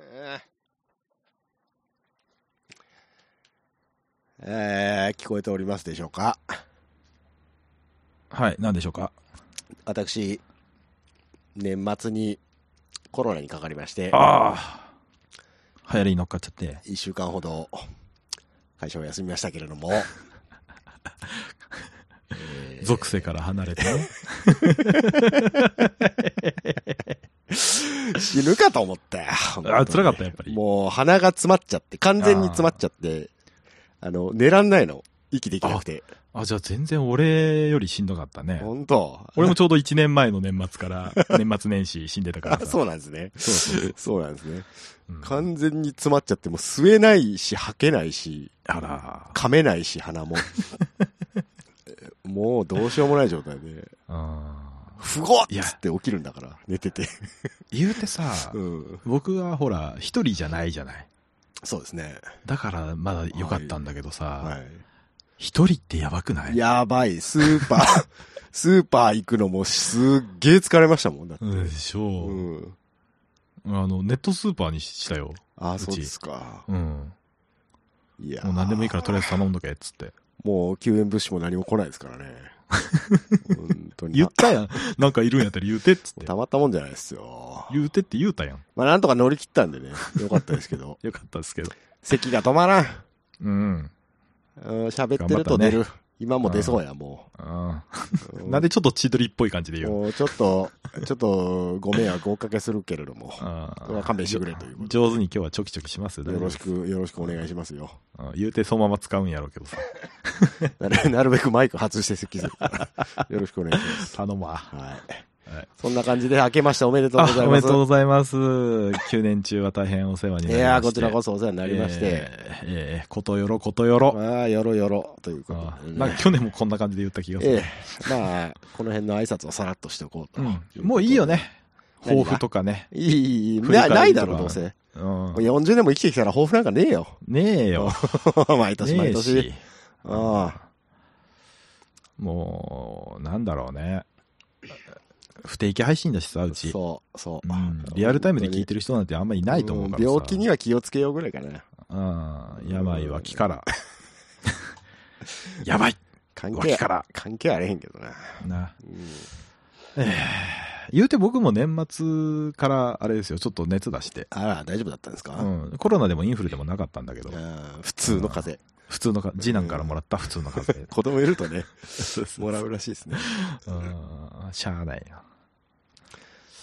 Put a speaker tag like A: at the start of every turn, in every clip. A: え
B: えー、聞こえておりますでしょうか
C: はい、なんでしょうか。
B: 私、年末にコロナにかかりまして、
C: ああ、流行りに乗っかっちゃって。
B: 1週間ほど会社を休みましたけれども、 えー
C: 属性から離れてね。
B: 死ぬかと思ったよ。
C: あ、辛かった、やっぱり。
B: もう鼻が詰まっちゃって、完全に詰まっちゃって、あの、寝らんないの。息できなくて。
C: あ、じゃあ全然俺よりしんどかったね。
B: 本当
C: 俺もちょうど1年前の年末から、 年末年始死んでたから
B: あ
C: さ。
B: そうなんですね。
C: そうそう
B: そうなんですね。
C: うん
B: 完全に詰まっちゃって、もう吸えないし、吐けないし、
C: あら
B: 噛めないし、鼻も。 もうどうしようもない状態で、
C: うん
B: ふごっ
C: いや
B: つって起きるんだから、寝てて。
C: 言うてさ
B: う、ん。
C: 僕はほら、一人じゃないじゃない。
B: そうですね。
C: だからまだ良かったんだけど
B: は
C: さ、
B: い。
C: 一、人ってやばくない
B: やばい、スーパ ー、スーパー行くのもすっげえ疲れましたもん、だって。
C: うんでしょ
B: う
C: う、
B: ん。
C: あの、ネットスーパーにしたよ。
B: あ
C: う
B: あ、
C: ち
B: そうですか。
C: うん。
B: いや。
C: もう何でもいいからとりあえず頼んどけ、っつって。
B: もう救援物資も何も来ないですから ね。本当に。
C: 言ったやん。なんかいるんやったら言うて、っつって
B: た。まったもんじゃないですよ。
C: 言うてって言うたやん。
B: まあなんとか乗り切ったんでね、よかったですけど
C: 。よかったですけど。
B: 咳が止まらん。
C: うん。
B: うん喋ってると出る。今も出そうや、も
C: あ
B: う。
C: ーなんでちょっと千鳥っぽい感じで言う
B: もうちょっと、ちょっとご迷惑をおかけするけれども、
C: あー
B: 勘弁してくれということで
C: 上手に今日はチョキチョキしますよ。大丈
B: よ
C: 夫
B: ろ
C: で
B: し
C: す
B: く、よろしくお願いしますよ。
C: あー言うてそのまま使うんやろうけ どさ。
B: なるなるべくマイク外して 咳するから。よろしくお願いします。
C: 頼むわ。
B: はい。
C: はい
B: そんな感じで、明けましておめでとうございます。
C: あおめでとうございます。9年中は大変お世話にな
B: い
C: りまして。
B: やーこちらこそお世話になりまして、
C: えー。えーことよろことよろ。
B: まあ、よろよろというこ
C: あ
B: とで
C: ー
B: ね、
C: なんか去年もこんな感じで言った気がす
B: え
C: る。
B: え、まあ、この辺の挨拶をさらっとしておこうと
C: うん。もういいよ。ね。
B: 何が
C: 抱負とかね。
B: いいいい、いい
C: 振り返
B: な
C: り
B: ないだろう、
C: と
B: ど
C: か
B: うせ。も
C: うん
B: う。40年も生きてきたら抱負なんかねえよ。
C: ねえよ。
B: 毎年
C: ね
B: 毎
C: え
B: 年。
C: し。
B: あ
C: もう、なんだろうね。 不定期配信だしさ、う
B: あ
C: ち。
B: そう、そう。
C: うんリアルタイムで聞いてる人なんてあんまいないと思うからさ。
B: ん病気には気をつけようぐらいかな。
C: うん。病は気から。 やばい
B: 関係
C: 脇から。
B: 関係あれへんけどな。
C: な。
B: うん
C: 言うて僕も年末から、あれですよ、ちょっと熱出して。
B: あら、大丈夫だったんです
C: う
B: か
C: ん。コロナでもインフルでもなかったんだけど
B: う。ん普通の風邪。
C: 普通のか、次男からもらった普通の風邪。
B: 子供いるとね、
C: う
B: もらうらしいですね。
C: ん。しゃあない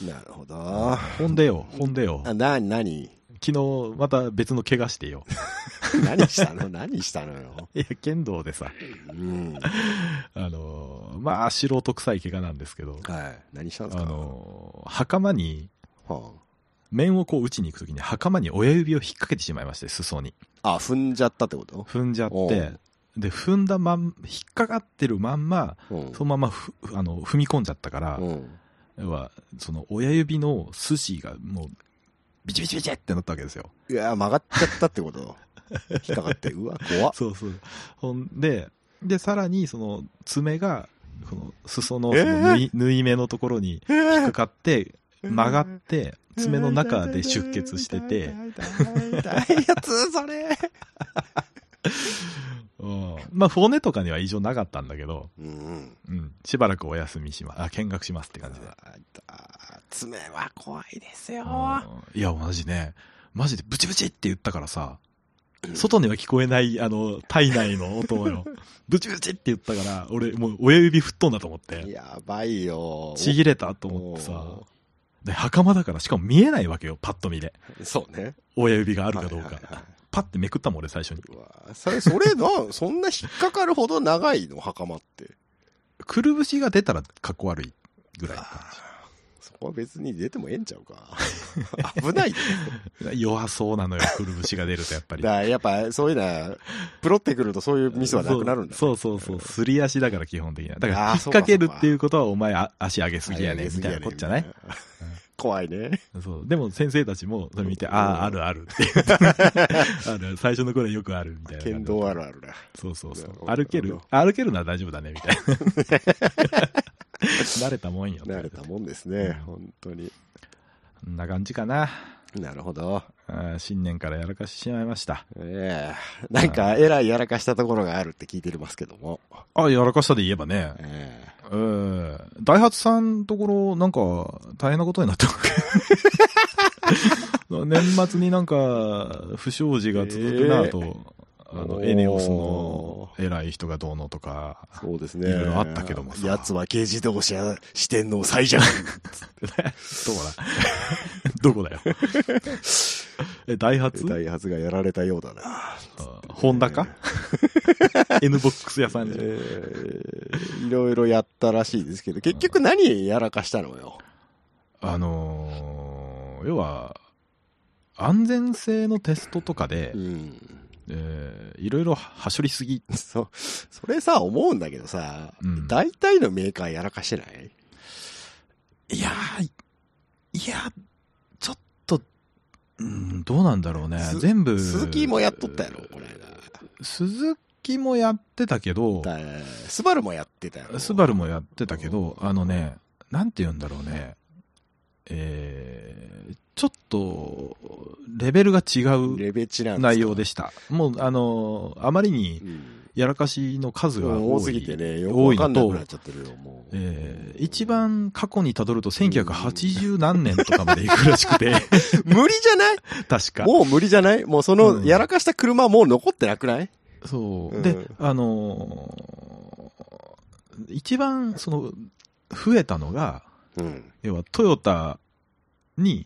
C: な。
B: なるほど。あ、
C: ほんでよ、ほんでよ。
B: な、なに
C: 昨日、また別の怪我してよ。
B: 何したの何したのよ。
C: いや、剣道でさ、
B: うん。
C: あのーまあ、素人臭い怪我なんですけど、
B: はい。何したんで
C: あ
B: すか
C: のー袴に、
B: は
C: 面をこう打ちに行くときに、袴に親指を引っ掛けてしまいまして、裾に。
B: あ、あ、踏んじゃったってこと
C: 踏んじゃっ
B: お
C: て
B: う、
C: で、踏んだまん、引っかかってるまんま、
B: うん
C: そのままふ、あの、踏み込んじゃったから
B: う、ん。
C: 要は、その親指の筋がもう、ビチビチビチってなったわけですよ。
B: いや、曲がっちゃったって こと。引っかかって。うわ、怖っ。
C: そうそう。ほんで、で、さらに、その、爪が、この、裾の、
B: え
C: そ
B: ー
C: の縫い、縫い目のところに引っかかって、曲がって、爪の中で出血してて、
B: 痛いやつ、それ。
C: うんまあ、骨とかには異常なかったんだけど、
B: うんうん。
C: うん、しばらくお休みします。あ、見学しますって感じで。うん
B: あ痛爪は怖いですよ。
C: いや、マジね、マジでブチブチって言ったからさ、外には聞こえない、あの、体内の音 よ。ブチブチって言ったから、俺、もう親指吹っ飛んだと思って。
B: やばいよ。
C: ちぎれたと思ってさ、で、袴だから、しかも見えないわけよ、パッと見で。
B: そうね。
C: 親指があるかどう
B: はいはいは
C: か
B: い。
C: パッてめくったもん、俺、最初に。
B: うわそれ、それな、そんな引っかかるほど長いの、袴って。
C: くるぶしが出たら、かっこ悪いぐらいの感
B: そこは別に出てもええんちゃうか。危ないよ
C: じ。弱そうなの よ、くるぶしが出ると、やっぱり
B: だ。からやっぱそういうのは、プロってくるとそういうミスはなくなるんだ。
C: そうそうそうそう、すり足だから、基本的には。だから、引
B: あー
C: っ掛けるっていうことは、お前、あ足上げすぎやね
B: あ
C: みたいなこっちゃない。
B: 怖いね。
C: そう。でも、先生たちも、それ見て、ああ、あるあるっていう。 ある最初の頃よくある、みたいな感じ。
B: 剣道あるあるだ。
C: そうそうそ
B: なる
C: う。
B: ほど
C: 歩ける歩けるなら大丈夫だね、みたい な。慣れたもんよ。
B: 慣れたもんですね、本当に。
C: こんな感じかな。
B: なるほど。
C: あー新年からやらかしてしまいました。
B: ええなんか、えらいやらかしたところがあるって聞いてますけども。
C: あ、やらかしたで言えばね。
B: ええ
C: えー、ダイハツさんところ、なんか、大変なことになって る年末になんか、不祥事が続くなぁと、あ
B: お
C: の、
B: ー
C: エネオスの偉い人がどうのとか、
B: そうですね。
C: いろいろあったけどもさ
B: 奴は軽自動車四天王最弱。
C: どこだ どこだ よ。え、ダイハツ
B: ダイハツがやられたようだな。
C: あホンダか ?N ボックス屋さんじゃん
B: ええいろいろやったらしいですけど、結局何やらかしたのよ。
C: あのー要は、安全性のテストとかで、
B: うん。
C: えーいろいろはしょりすぎ。
B: そ、それさ、思うんだけどさ、
C: うん
B: 大体のメーカーやらかしてない
C: いやー、いや、ちょっと、うん、どうなんだろうね
B: す。
C: 全部。
B: 鈴木もやっとったやろ、これ。
C: 鈴木もやってたけど、
B: だスバルもやってたやろ。
C: スバルもやってたけど、あのね、なんて言うんだろうね。えーちょっと、レベルが違う
B: レベチなんですか
C: 内容でした。もう、あの、あまりに
B: うん
C: やらかしの数が多い。
B: 多すぎてね、よくわかんなくなっちゃってるよ、もう。
C: えー一番過去にたどると1980何年とかまで行くらしくて、
B: 無理じゃない
C: 確か。
B: もう無理じゃないもうそ
C: うん
B: の、やらかした車はもう残ってなくない
C: そう。
B: うん
C: で、あのー一番、その、増えたのが、
B: うん。
C: 要はトヨタに、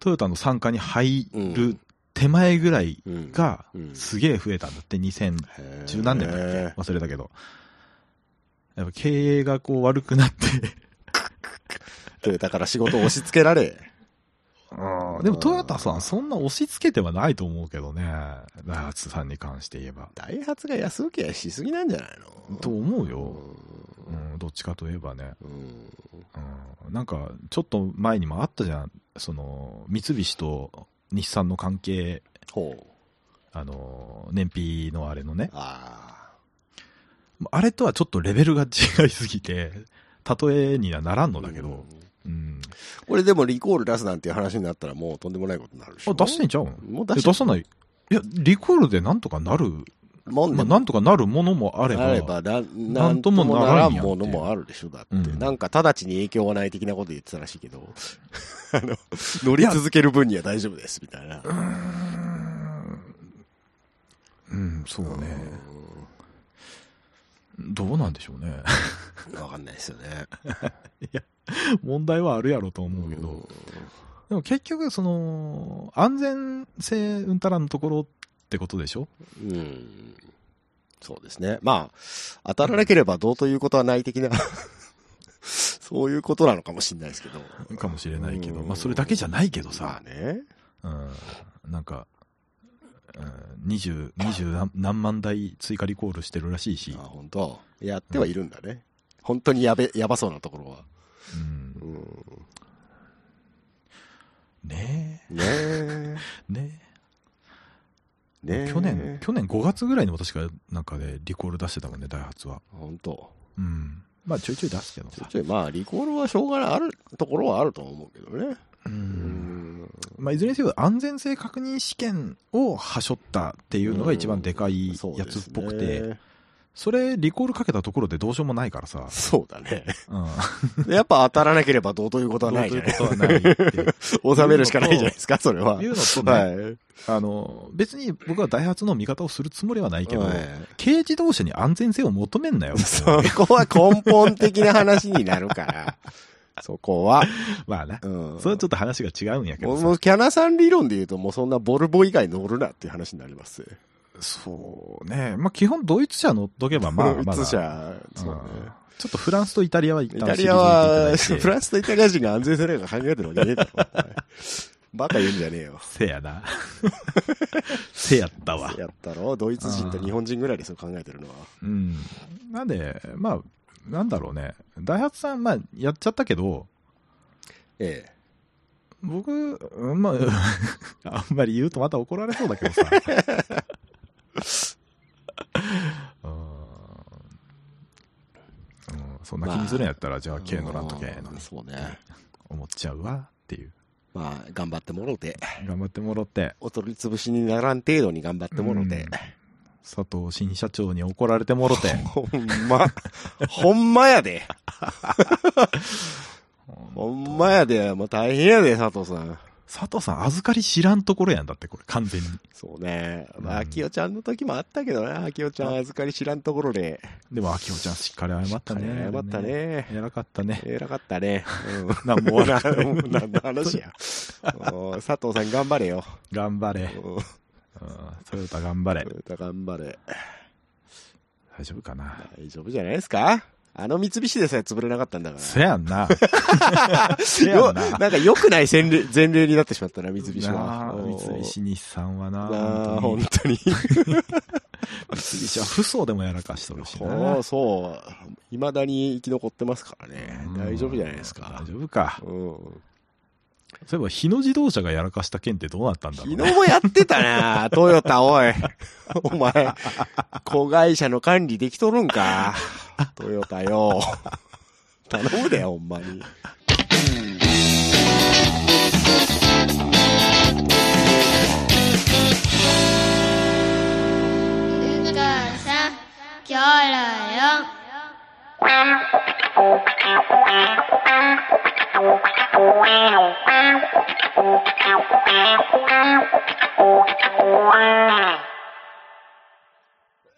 C: トヨタの参加に入る手前ぐらい
B: うん。
C: が
B: うん、
C: すげえ増えたんだって、2000、
B: へー
C: 十何年だっ忘れたけど。やっぱ経営がこう悪くなって、
B: でだから仕事を押し付けられ。
C: でもトヨタさんそんな押し付けてはないと思うけどね、ダイハツさんに関して言えば。
B: ダイハツが安請け合いしすぎなんじゃないの
C: と思うよ。
B: う
C: うん、どっちかといえばね。
B: んうん。
C: うんなんか、ちょっと前にもあったじゃん。その、三菱と日産の関係、
B: ほう。
C: あの、燃費のあれのね。
B: あ
C: あれとはちょっとレベルが違いすぎて、例えにはならん
B: あ。
C: のだけ
B: う
C: ど
B: ん。。
C: うん。
B: これでもリコール出すなんていう話になったらもうとんでもないことになるでしょ。
C: あ、出してんちゃうの
B: もう
C: え
B: 出して
C: 出さない。いや、リコールでなんとかなる、
B: もん
C: ま
B: で
C: あ、
B: も
C: なんとかなるものもあれば。
B: あればな、
C: な
B: なんんと
C: とも
B: もな
C: なら
B: ら
C: ん
B: ん
C: よ
B: も
C: っていう
B: のもあるでしょ、だって。
C: うん
B: なんか直ちに影響はない的なこと言ってたらしいけ ど、あの、乗り続ける分には大丈夫です、みたいな。
C: うーんうん、そうね。どうなんでしょうね。
B: うん。わかんないですよね。
C: 問題はあるやろと思うけど。でも結局、その、安全性うんたらのところってことでしょ
B: うん。うんそうですね。まあ、当たらなければどうということはない的な、 そういうことなのかもしれないですけど。
C: かもしれないけど。
B: うん
C: まあ、それだけじゃないけ
B: ま
C: ど
B: あ
C: さ。
B: ね。
C: うん。なんか、うん、20、20何何万台追加リコールしてるらしいし
B: あ、本当やってはいるんだね。本当にやべ、やばそうなところは。
C: うん、
B: うん。
C: ね
B: ねえ。
C: え、ねえ
B: ねえ。
C: 去年、去年5月ぐらいにも確かなんかで、リコール出してたもんね、ダイハツは。
B: 本当
C: うん。まあちょいちょい出すけど
B: ちょい
C: さ。
B: ちょい、まあ、リコールはしょうがない、あるところはあると思うけどね。う
C: う。
B: んん。
C: まあいずれにせよ安全性確認試験をはしょったっていうのが一番でかいやつっぽくて、それリコールかけたところでどうしようもないから さ。
B: そうだね。
C: うん。
B: でやっぱ当たらなければどうということはない
C: ど
B: じ
C: う
B: ゃ
C: と
B: ない
C: いうことはないって
B: 収めるしかないじゃないですか、それは。は
C: いう
B: い。
C: のとね、 あの、別に僕はダイハツの味方をするつもりはないけど、
B: はい
C: 軽自動車に安全性を求めんなよ。
B: そ こは根本的な話になるから。そこは。
C: まあな。
B: うん。
C: それはちょっと話が違うんやけ
B: も
C: ど
B: う
C: さ
B: もうキャナさん理論で言うと、もうそんなボルボ以外乗るなっていう話になります。
C: そうね。まあ基本ドイツ車乗っとけばまあ、 まだ
B: うつじゃ、そうね。
C: うんちょっとフランスとイタリアは一
B: イ
C: 旦
B: タリアは、
C: 退いて
B: フランスとイタリア人が安全性なんか考えてるわけねえ だろ。お前バカ言うんじゃねえよ。
C: せやな。 せやったわ。
B: やったろドイツ人と日本人ぐらいでそう考えてるのは。
C: うん。なんで、まあ、なんだろうね。ダイハツさん、まあ、やっちゃったけど、
B: え
C: 僕、うんまあ、 あんまり言うとまた怒られそうだけどさ。 うんうんそんな気にするんやったら、じゃあ、軽乗らんとけ、なんて
B: そうね。
C: 思っちゃうわ、っていう。
B: まあ、頑張ってもろて、
C: 頑張ってもろって、
B: お取り潰しにならん程度に頑張ってもろて、
C: 佐藤新社長に怒られてもろ て。
B: ほんま、ほんまやで。ほんまやで、もう大変やで、佐藤さん。
C: 佐藤さん、預かり知らんところやんだって、これ、完全に。
B: そうね。まあ、
C: うん
B: 秋代ちゃんの時もあったけどな、秋代ちゃん預かり知らんところで。
C: でも、秋夫ちゃん、しっかり謝ったね。
B: 謝った。ね。
C: 偉かったね。
B: 偉かったね。うん。
C: なんも
B: もう
C: 悪
B: な、
C: くない
B: もう何の話や。お佐藤さん頑張れよ。
C: 頑張れ。
B: うん
C: うん、トヨタ頑張れ。
B: 頑張れ。
C: 大丈夫かな。
B: 大丈夫じゃないですかあの三菱でさえ潰れなかったんだか
C: せや んな。せ
B: ら。よ
C: やんな。
B: なんか良くない前例前例になってしまったな、三菱
C: な
B: は
C: あ。
B: お
C: 三菱日産はな
B: なあ、
C: 本当
B: 本
C: に
B: 当に。
C: 三菱は不相でもやらかしとるし
B: そ
C: な
B: う、そう。未だに生き残ってますからね
C: うん。
B: 大丈夫じゃないですか
C: 大。丈夫か
B: うん。
C: そういえば日野自動車がやらかした件ってどうなったんだ
B: 昨
C: ろう
B: 日
C: ね
B: もやってた な、トヨタ、おい。お前、子会社の管理できとるんか。トヨタよ。頼むでよ、ほんまに。
A: うかさん、きょろよ。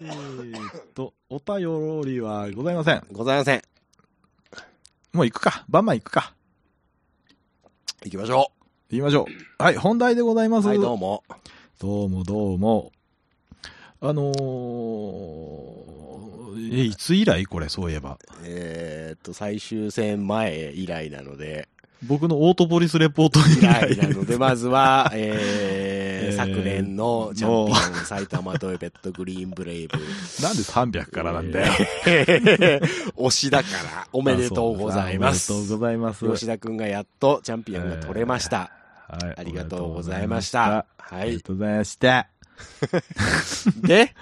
C: えーっとお便りはございません
B: ございません。
C: もう行くかバンマン行くか
B: 行きましょ
C: 行きましょうはい本題でございま
B: う。
C: す、
B: はい、ど
C: ど
B: うも。
C: うもどうもあのー、えいつ以来これそういえば
B: えーっと、最終戦前以来なので、
C: 僕のオートポリスレポート以
B: 以来
C: 来
B: なので、まずは、え
C: え
B: ー、
C: ー
B: 昨年のチャンピオン、埼玉トヨペットグリーンブレイブ。
C: なんで300か らなんだよ、
B: えー。推しだから、おめでとうございます。
C: あそうおめでとうございます。
B: 吉田くんがやっとチャンピオンが取れました。
C: はい
B: ありがとうございました。。
C: お
B: は
C: めで
B: い。
C: とうございましたあ
B: で、
C: りがとうございました。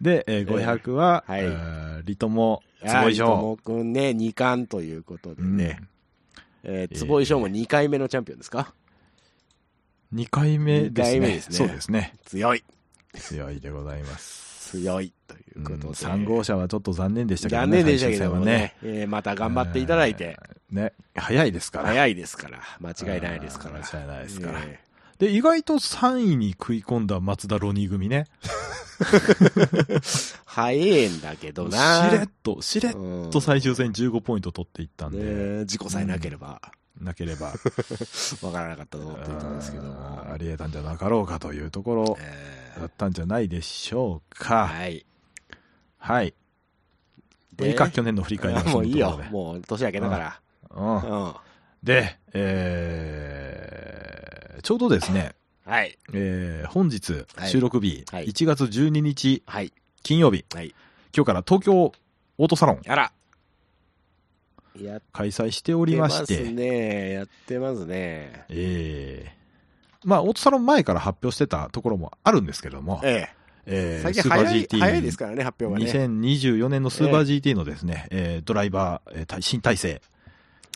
C: で、えー500は、
B: はい
C: えーリトモ、つ
B: あ
C: ぼ
B: ー
C: い
B: 伊
C: し
B: 藤
C: ょ
B: くんね、2冠ということでね。えー、坪井翔も2回目のチャンピオンですか
C: う。2回目ですね。
B: 二回目ですね
C: そうですね。
B: 強い。
C: 強いでございます。
B: 強い。という
C: うん
B: ことで。
C: 3号車はちょっと残念でしたけどね。
B: 残念でしたけ
C: 最
B: ど
C: 終
B: も
C: 戦は
B: ね。。えーまた頑張っていただいて。
C: ね、早いですから。
B: 早いですから。間違いないですから。
C: あー間違いないですから
B: え
C: で、意外と3位に食い込んだ松田ロニー組ね。
B: ー早いんだけど
C: し
B: な。
C: れっと、しれっ
B: うん
C: と最終戦15ポイント取っていったん
B: ね
C: で、
B: え事故さえなければ、
C: なければ、
B: わからなかったぞっていうところですけども。
C: あーありえたんじゃなかろうかというところ
B: えー
C: だったんじゃないでしょうか。
B: はい。
C: はい。いいか、去年の振り返りは
B: あ もういい
C: そ
B: よ
C: のと。こ
B: もう年明けだから。
C: ろ
B: う
C: で
B: ん。
C: うんで、えー、ちょうどですね、
B: はい。
C: えー、本日
B: はい
C: 収録日、
B: はい
C: 1月12日
B: はい。
C: 金曜日、
B: はい
C: 今日から東京オートサロン
B: あら。やっ
C: 開催しており
B: て
C: ま
B: ま
C: し
B: す
C: て、
B: ね。やってますね。
C: えー、まあ、オートサロン前から発表してたところもあるんですけども、
B: ええ。
C: えー、
B: 最近
C: スーパー
B: 早い
C: GT
B: 早いですからね、発表がね。
C: 2024年のスーパー GT のですね、えードライバー、えー体新体制、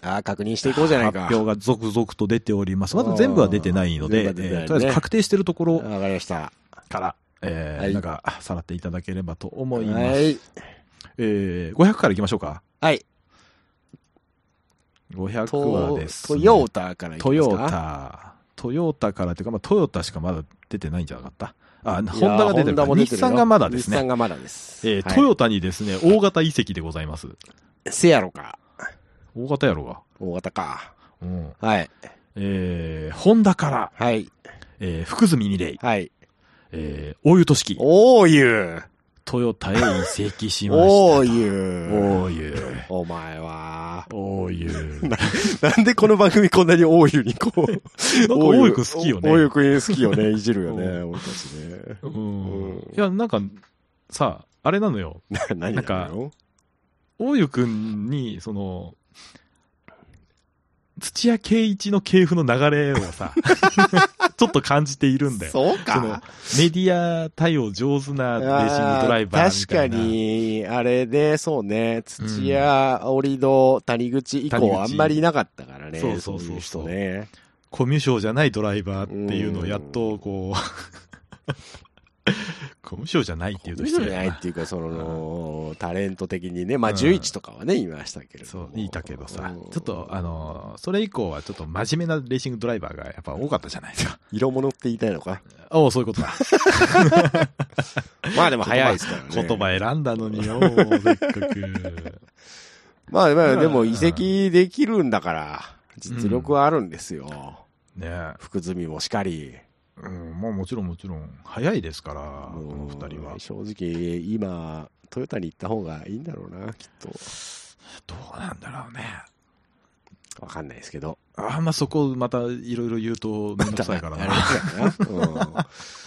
B: ああ、確認していこうじゃないか。
C: 発表が続々と出ております。まだ全部は出てないので、
B: あー全部は出てないね
C: えーとりあえず確定してるところ
B: わかりました。
C: から、えー
B: はい
C: なんか、さらっていただければと思います。
B: はい。
C: えー、500からいきましょうか。
B: はい。
C: 500は
B: ト
C: です、
B: トヨタからいきますか
C: トヨ。タ。トヨタからというか、まあ、トヨタしかまだ出てないんじゃなかったあ、
B: い
C: ホ
B: や
C: ンダが出てるか
B: ホンダも
C: 日産がまだです
B: 日産
C: ね。
B: がまだです。
C: えー
B: はい
C: トヨタにですね、大型遺跡でございます。
B: せやろか。
C: 大型やろが。
B: 大型か。
C: うん。
B: はい。
C: えー、ホンダから、
B: はい。
C: えー、福住二礼、
B: はい。
C: えー、大湯都市記、
B: おーゆ
C: トヨタへ移籍し
B: う。
C: ました。
B: おーゆう。
C: 大湯。
B: お前は。
C: 大湯。
B: なんでこの番組こんなに大湯にこ う。
C: 大湯くん好きよね
B: 大湯くん好きよ ね。いじるよ
C: う
B: ね、俺たちね。
C: うん。いや、なんか、さ、あれなのよ。
B: な何
C: なんか大湯くんに、その、土屋圭一の系譜の流れを さ、ちょっと感じているんだよ。
B: そう
C: その
B: か。
C: メディア対応上手なレーシングドライバーみた
B: あー
C: い
B: 確
C: な。
B: か。に、あれで、そうね、土屋、折戸、谷口以降
C: 谷口
B: あんまりいなかったからね。
C: そうそうそうそう
B: そういう人ね。
C: コミュ障じゃないドライバーっていうのをやっとこう、コミュ障じゃないっていうと
B: 見
C: 失
B: せ
C: 礼だ
B: ないっていうか、その、タレント的にね、まあ、11とかはね、いましたけれど
C: そ
B: も。
C: う、いたけどさ
B: う、ん
C: ちょっと、あの、それ以降はちょっと真面目なレーシングドライバーがやっぱ多かったじゃないですか。
B: 色物って言いたいのか。
C: おお、そういうことだ。
B: まあでも早いですからね。
C: 言葉選んだのによ、せっかく。
B: まあまあ、でも移籍できるんだから、実力はあるんですよ。
C: ねえ。
B: 福住もしかり。
C: うん、まあもちろんもちろん、早いですから、こ
B: も
C: の
B: う
C: 二人は。
B: 正直、今、トヨタに行った方がいいんだろうな、きっと。
C: どうなんだろうね。
B: わかんないですけど。
C: あんまそこ、またいろいろ言うとめんどくさいから
B: あれ
C: な。
B: だな。うん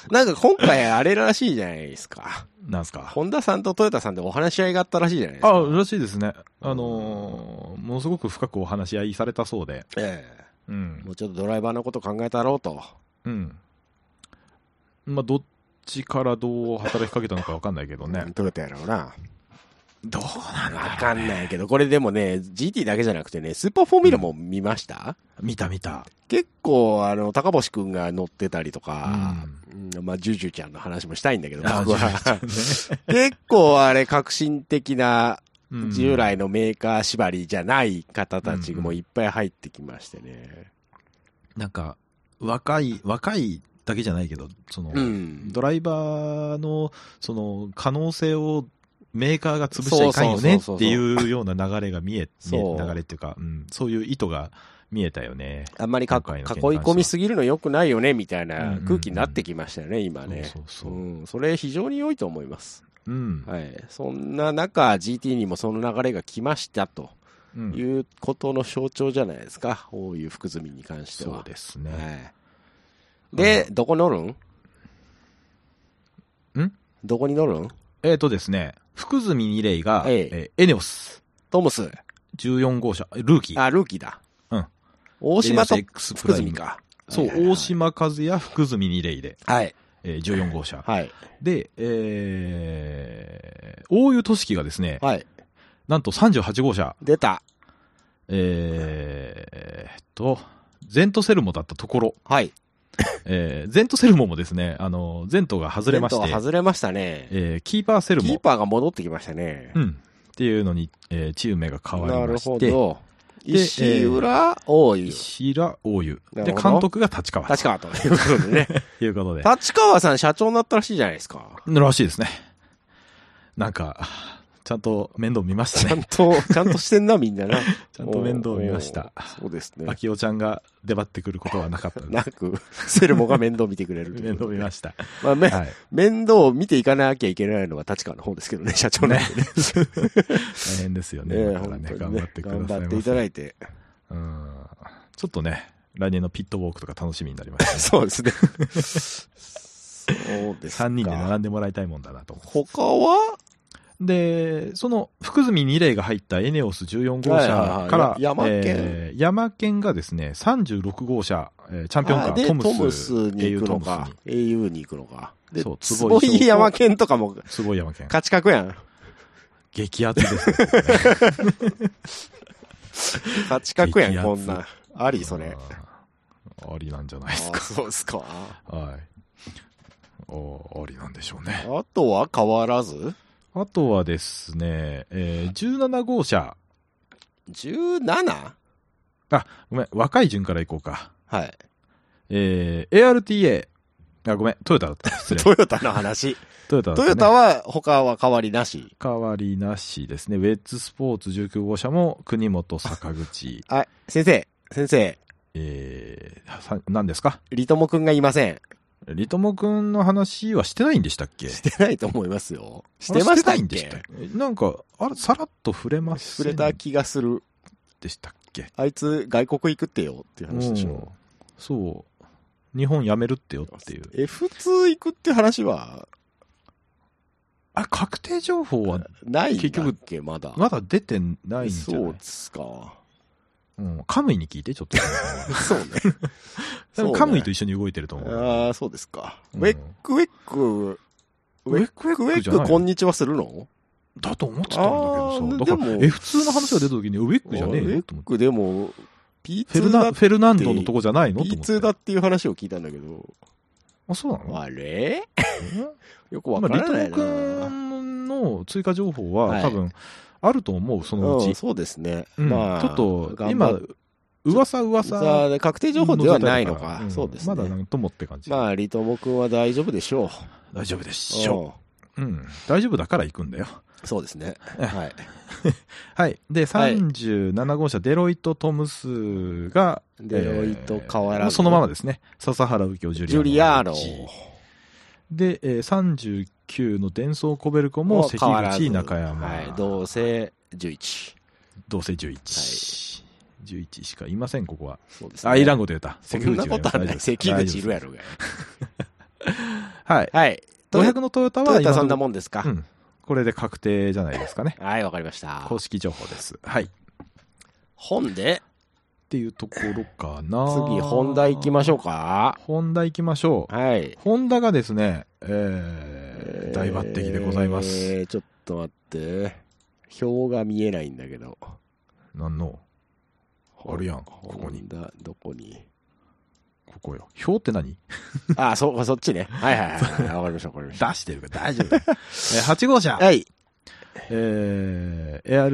B: なんか今回あれらしいじゃないですか。
C: なんすか。
B: ホンダさんとトヨタさんでお話し合いがあったらしいじゃないですか。
C: あ、らしいですね。あのーものすごく深くお話し合いされたそうで。
B: え
C: う
B: え
C: ん
B: も。うちょっとドライバーのこと考えたろうと。
C: うん。まあ、どっちからどう働きかけたのかわかんないけどね。
B: トヨタやろうな。
C: どうなん
B: わかんないけど、これでもね、GT だけじゃなくてね、スーパーフォーミュラも見ました、
C: 見た見た。
B: 結構、あの、高星くんが乗ってたりとか、うんまあ、ジュジュちゃんの話もしたいんだけど、
C: あ
B: 僕は。
C: ジュジュちゃん ね
B: 結構あれ、革新的な、
C: うん
B: 従来のメーカー縛りじゃない方たちもいっぱい入ってきましてね。
C: なんか、若い、若いだけじゃないけど、その、
B: うん。
C: ドライバーの、その、可能性をメーカーが潰しちゃいかん
B: そうそう
C: よね
B: そうそう
C: っていうような流れが見え、見え
B: そう
C: 流れっていうか、うん、そういう意図が見えたよね。
B: あんまりか
C: 今回
B: 囲い
C: の件に関しては
B: 込みすぎるの良くないよね、みたいな
C: うん
B: 空気になってきましたよね、今ね。
C: そうそうそう
B: うん。それ非常に良いと思います。
C: うん。
B: はい。そんな中、GT にもその流れが来ましたと。
C: うん
B: いうことの象徴じゃないですか、こういう福住に関しては。
C: そうですね。
B: はいで、どこ乗るん
C: ん
B: どこに乗るん
C: えっ、とですね、福住二礼が、
B: ええ
C: えーエネオス
B: トムス。
C: 14号車、ルーキー。
B: あ、ルーキーだ。
C: うん。
B: 大島と
C: エネオス X プ
B: 福
C: ライム
B: 住。か。
C: そう、
B: はいはいはい
C: 大。島和也、福住二礼で、
B: はい。
C: えー14号車。
B: はい。
C: で、えー、大湯俊樹がですね、
B: はい。
C: なんと38号車、
B: 出た。
C: えーっと、ゼントセルモだったところ、
B: はい。
C: えー、ゼントセルモもですね、あの、ゼントが外れまし
B: テント
C: て
B: は、外れましたね。
C: えーキーパーセル
B: キー
C: モ、
B: パーが戻ってきましたね
C: う。ん、っていうのに、えーチーム名が変わ
B: な
C: り
B: る
C: まし
B: ほ
C: て、
B: ど。
C: で
B: 石浦、大井、
C: 石田大湯。
B: な
C: で、
B: るほど
C: 監督が立川
B: 立川ということ でね。
C: ということで、
B: 立川さん社長になったらしいじゃないですか。
C: らしいですね。なんか、ちゃんと面倒見まし
B: ち
C: た
B: ゃ
C: ね。
B: んと、ちゃんとしてんな、みんなな。
C: ちゃんと面倒見ました
B: おー。そうですね。
C: 秋代ちゃんが出張ってくることはなかったんで
B: なく、 セルモが面倒見てくれるという
C: 面
B: こ
C: 倒
B: とで。
C: 見ました。
B: まあ、め
C: はい。
B: 面倒を見ていかなきゃいけないのは立川の方ですけどね、社長なんでね。
C: 大変ですよ ね。
B: ええ
C: だから
B: 本
C: ね、
B: 当
C: 頑
B: に
C: 張っ
B: ね
C: てください
B: 頑
C: ませ。
B: 張っていただいて。
C: うんちょっとね、来年のピットウォークとか楽しみになりましたね。
B: そうですね。そうですか。
C: 3人で並んでもらいたいもんだなと。
B: 他は
C: で、その福住二例が入ったエネオス14号
B: はいはいは
C: 車
B: い
C: から、
B: や山県
C: えー山県がですね、36号車、えーチャンピオンカ
B: あで、
C: ー、トムス、
B: トムスに行くの
C: 英雄ト
B: か
C: ム。
B: au に行くのか。で、
C: そう
B: 坪
C: 坪井
B: 井山県とかも
C: スにすごい山県。
B: 価値格やん。
C: 激アツですね。
B: 価値格や
C: 激
B: ん、
C: アツ
B: こんなん。あり、それ。
C: あー。ありなんじゃないです
B: あ
C: か。
B: そうですか。
C: はい。あーありなんでしょうね。
B: あとは変わらず
C: あとはですね、えー17号車。
B: ?17?
C: あ、ごめん、若い順からいこうか。
B: はい。
C: えー、ARTA。あ、ごめん、トヨタだった。失礼。
B: トヨタの話。
C: トヨタだった、
B: ト
C: ね。
B: ヨタは他は変わりなし。
C: 変わりなしですね。ウェッツスポーツ19号車も、国本坂口。
B: はい。先生、先生、
C: えー、さ何ですか
B: リトモくんがいません。
C: リトモくんの話はしてないんでしたっけ
B: してないと思いますよ。してました
C: あれ
B: っ
C: してないんでし
B: け
C: たっけなんか、あれ、さらっと触れませ
B: 触
C: ん
B: れた気がする。
C: でしたっけ
B: あいつ外国行くってよっていう話でし
C: うん
B: ょ。
C: そう。日本辞めるってよっていう。
B: F2 行くって話は
C: あ、確定情報は
B: ないんだっけ、まだ。
C: まだ出てないんじゃ
B: そ
C: な
B: う
C: い
B: ですか。
C: うん。カムイに聞いて、ちょっと。
B: そうね。
C: 多分カムイと一緒に動いてると思う。
B: ああ、そうですか。
C: う
B: ウ
C: ん
B: ェックウェック、ウ
C: ウ
B: ェ
C: ェ
B: ッ
C: ッ
B: クウェック、
C: じゃない
B: こんにちはするの
C: だと思ってたんだけど
B: あー
C: さ。だか
B: で
C: ら、
B: も
C: え、普通の話が出た時に、ウェックじゃねえ
B: ウェ
C: よ
B: ッ
C: と思って。
B: クでも、
C: フェル
B: P2 だ
C: ナ、フェルナンドのとこじゃないのと思って。
B: P2 だっていう話を聞いたんだけど、
C: あ、そうなの
B: あれよくわ
C: 今、
B: か
C: リ
B: ら
C: ト
B: な
C: ー
B: いな。
C: 君の追加情報
B: は
C: は、
B: い
C: 多分、あると思う、そのう
B: う
C: ち
B: ん、。そうですね。
C: うん
B: まあ、
C: ちょっと、
B: 頑
C: 今
B: 張っ、
C: 噂
B: さ
C: 噂。
B: あ確定情報ではないのか。
C: ん
B: そうですね。
C: まだなんともって感じ。
B: まあ、リトモ君は大丈夫でしょう。
C: 大丈夫でしょ
B: うん
C: う。うん。大丈夫だから行くんだよ。
B: そうですね。はい。
C: はい。で、
B: はい
C: 37号車、デロイト・トムスが、
B: デロイト変わらず
C: そのままですね。笹原右京、ジ
B: ジュ
C: ュ
B: リ
C: リ
B: アー
C: アー
B: ノ
C: ノ。。で、えー39の伝送コベルコ
B: も
C: も、
B: う
C: 関
B: 変わらず
C: 口、中山。
B: はい。同性11。
C: どうせ11。11しかいません、ここは。
B: そうです
C: あ、イラン
B: ゴ。
C: 語で言った。
B: そんなことはない。
C: 関
B: 関
C: 口がいます大丈夫です
B: 口いるやろが。
C: はい。
B: はい。
C: 500のトヨタ
B: ト
C: は
B: ヨタさんな
C: も
B: もんですか
C: う。ん。これで確定じゃないですかね。
B: はい、わかりました。
C: 公式情報です。はい。っ
B: 本で、
C: ていうところかな。
B: 次、本題行きましょう。か。
C: ホンダ行きましょう。
B: はい。
C: ホンダがですね、えー、大抜擢でございます。
B: えーちょっと待って。表が見えないんだけど。
C: なんのあるやんここに
B: ホンダどこに。
C: ここよ。表って何
B: あ、そ、そっちね。はいはいはい はい。わかりました、わかりま
C: 出
B: した。
C: してるから 大丈夫だよ。えー8号車。
B: はい。
C: えー、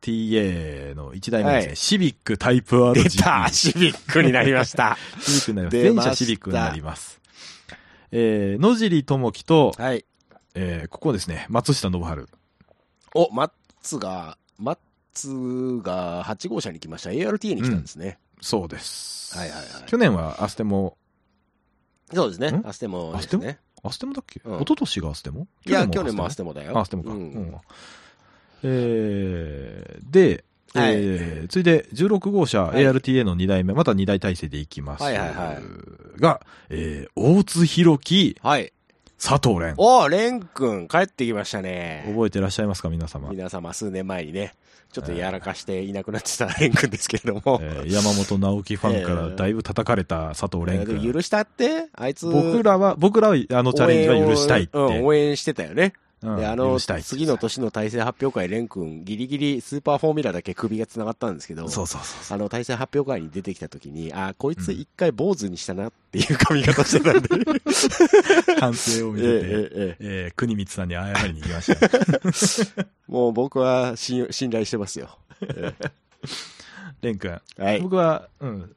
C: ARTA の1台目ですね。
B: はい
C: シビックタイプ RG。
B: 出たシビックになりま した。
C: シビックになります。
B: 出
C: 全
B: ました
C: 車シビックになります。えー、野尻智樹と、
B: はい。
C: えー、ここですね、松下信春。
B: お、マッツが、マッツが8号車に来ました。ARTA に来たんですね。
C: そうです。
B: はいはいはい
C: 去年はアステモ、
B: そうですね。
C: ん
B: アステモですね。
C: アステモだっけ、
B: うん
C: 一昨年がアステモ
B: いや、去年もアステモだよ。
C: あアステモか。
B: う
C: うんんえー、で、えーついで16号車、
B: はい
C: ARTA の2台目、また2台体制でいきます。
B: はいはいは
C: が、えー、大津弘樹、
B: はい。
C: 佐藤蓮。
B: お、レン君、帰ってきましたね。
C: 覚えてらっしゃいますか、皆様。
B: 皆様、数年前にね、ちょっとやらかしていなくなってたレン君ですけれども。
C: えー山本直樹ファンからだいぶ叩かれた佐藤
B: え
C: 蓮
B: ーで
C: 君。
B: も許したってあいつ、
C: 僕らは、僕らはあのチャレンジは許したいって。
B: 応援をうん応援してたよね。
C: うん
B: で、あ
C: 許
B: の、
C: したいって
B: 次の年の対戦発表会、レン君、ギリギリスーパーフォーミュラだけ首が繋がったんですけど、
C: そうそうそうそう。
B: あの、対戦発表会に出てきた時に、あー、こいつ一回坊主にしたなっていう髪型して たんで。
C: 反省を見
B: え
C: せ
B: え
C: て、
B: ええええ
C: えー国光さんに謝りに行きま した。
B: もう僕は信用信頼してますよ。
C: 蓮君、
B: はい。
C: 僕は、うん、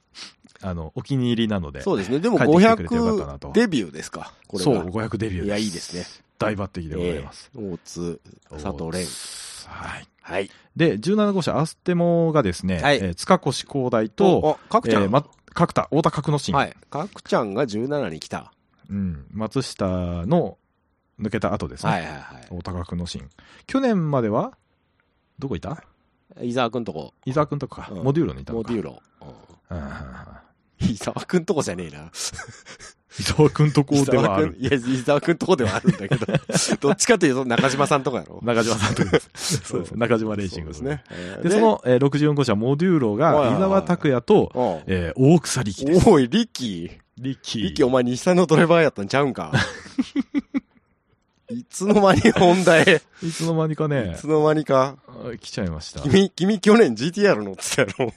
C: あの、お気に入りなので。
B: そうですね。でも
C: 帰ってきてくれてよかったな
B: 500
C: と
B: デビューですかこれ
C: そ
B: が
C: う、500デビューです。
B: いやいいですね。
C: 大抜擢でございます。
B: ええ大津、佐藤蓮。
C: はい。
B: はい。
C: で、17号車、アステモがですね、
B: はい
C: えー塚越光大と、、
B: 角ちゃん。
C: えーま、角田、太田角之進、
B: はい。角ちゃんが17に来た。
C: うん、松下の抜けた後ですね。
B: はいはいは
C: 太田角之進。去年までは、どこいた
B: い。伊沢くんとこ、
C: 伊沢くんとかか、
B: うん
C: モデューロにいたの
B: モ
C: か。
B: デューロ。うん
C: うんうんうんうん
B: 伊沢くんとこじゃねえな。
C: 伊沢くんとこ
B: 伊
C: ではあ
B: 沢
C: る
B: くん、。いや、伊沢くんとこではあるんだけ ど、どっちかというと中島さんとかや ろ。
C: 中島さんとかです。そうです。中島レーシン
B: そう
C: グ
B: で
C: ですすね
B: ね。。えー
C: で、そ、の、えー64号車、モデューロ
B: はいはい
C: が、
B: はい
C: 伊沢拓也と、
B: う
C: えー大草力です。
B: んおい、リッキー。
C: 力。
B: リッキー、お前日産のドライバーやったんちゃうん か。いつの間に本題、
C: いつの間にか
B: い
C: ね
B: つ、の間にか。
C: あ来ちゃいました。
B: 君、君去年 GTR 乗ってたやろ。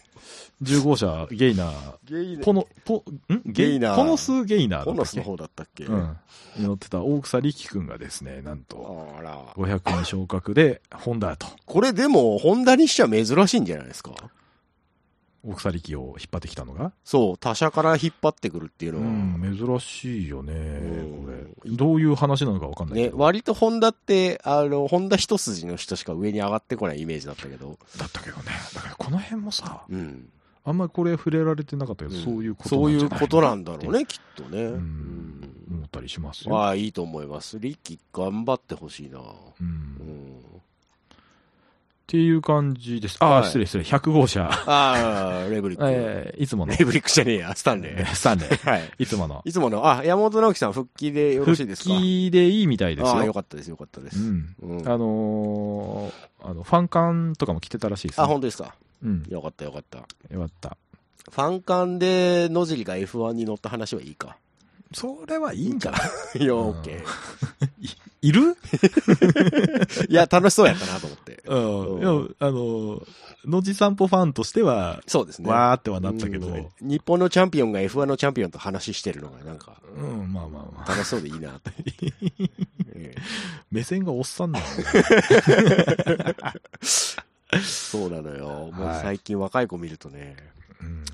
C: 10号車、ゲイナー、
B: ゲイ
C: ポノ、ポ、ん
B: ゲイナー
C: ポノスゲイナーだ
B: ポ
C: った
B: ノ
C: っ
B: ス
C: け
B: の方だったっけ
C: うん。乗ってた大草力くんがですね、なんと、
B: あら。
C: 500に昇格で、ホンダと、
B: これでも、ホンダにしちゃ珍しいんじゃないですか
C: 大草力を引っ張ってきたのが。
B: そう、他社から引っ張ってくるっていう
C: う
B: のは。
C: ん、珍しいよね、
B: うん
C: これ。どういう話なのかわかんないけ
B: ね、
C: ど。
B: 割とホンダって、あの、ホンダ一筋の人しか上に上がってこないイメージだったけど。
C: だったけどね。だからこの辺もさ、
B: うん。
C: あんまりこれ触れられてなかったけど、
B: うん
C: そういうこと
B: そうい
C: じゃ
B: う
C: な
B: ことなんだろうね、きっとね。
C: う
B: うんん
C: 思ったりしますよ。
B: ああ、いいと思います。リッキー頑張ってほしいな。
C: う、
B: うん
C: っ
B: ん。
C: ていう感じです。あ
B: は
C: あ、
B: い
C: 失礼失礼。100号車。
B: ああ、レ ブリック。
C: えーいつもの。
B: レブリックじゃねえや、スタンレー。
C: スタンレー。
B: はい。
C: い つもの。
B: いつもの、あ、山本直樹さん復帰でよろしいですか
C: 復帰でいいみたいです
B: ああ、
C: よ
B: よ。かったです、よかったで
C: う
B: す。
C: ん。
B: うん。
C: あのーあの、ファンカンとかも来てたらしいです、ね。
B: あ、本当ですか。
C: うん。
B: よかった、よかった。
C: よかった。
B: ファンカンで野尻が F1 に乗った話はいいか。
C: それはいいんかな
B: いや、
C: うん
B: オッケー。
C: いる
B: いや、楽しそうやったなと思って。
C: うん。
B: うん
C: いやあの、のじ散歩ファンとしては、
B: そうですね。
C: わーってはなったけど、
B: うん日本のチャンピオンが F1 のチャンピオンと話してるのがなんか、
C: うん、まあまあまあ。
B: 楽しそうでいい なと。え
C: 目線がおっさんなのね
B: えそうなのよ。もう
C: はい
B: 最近若い子見るとね、
C: うん。
B: うん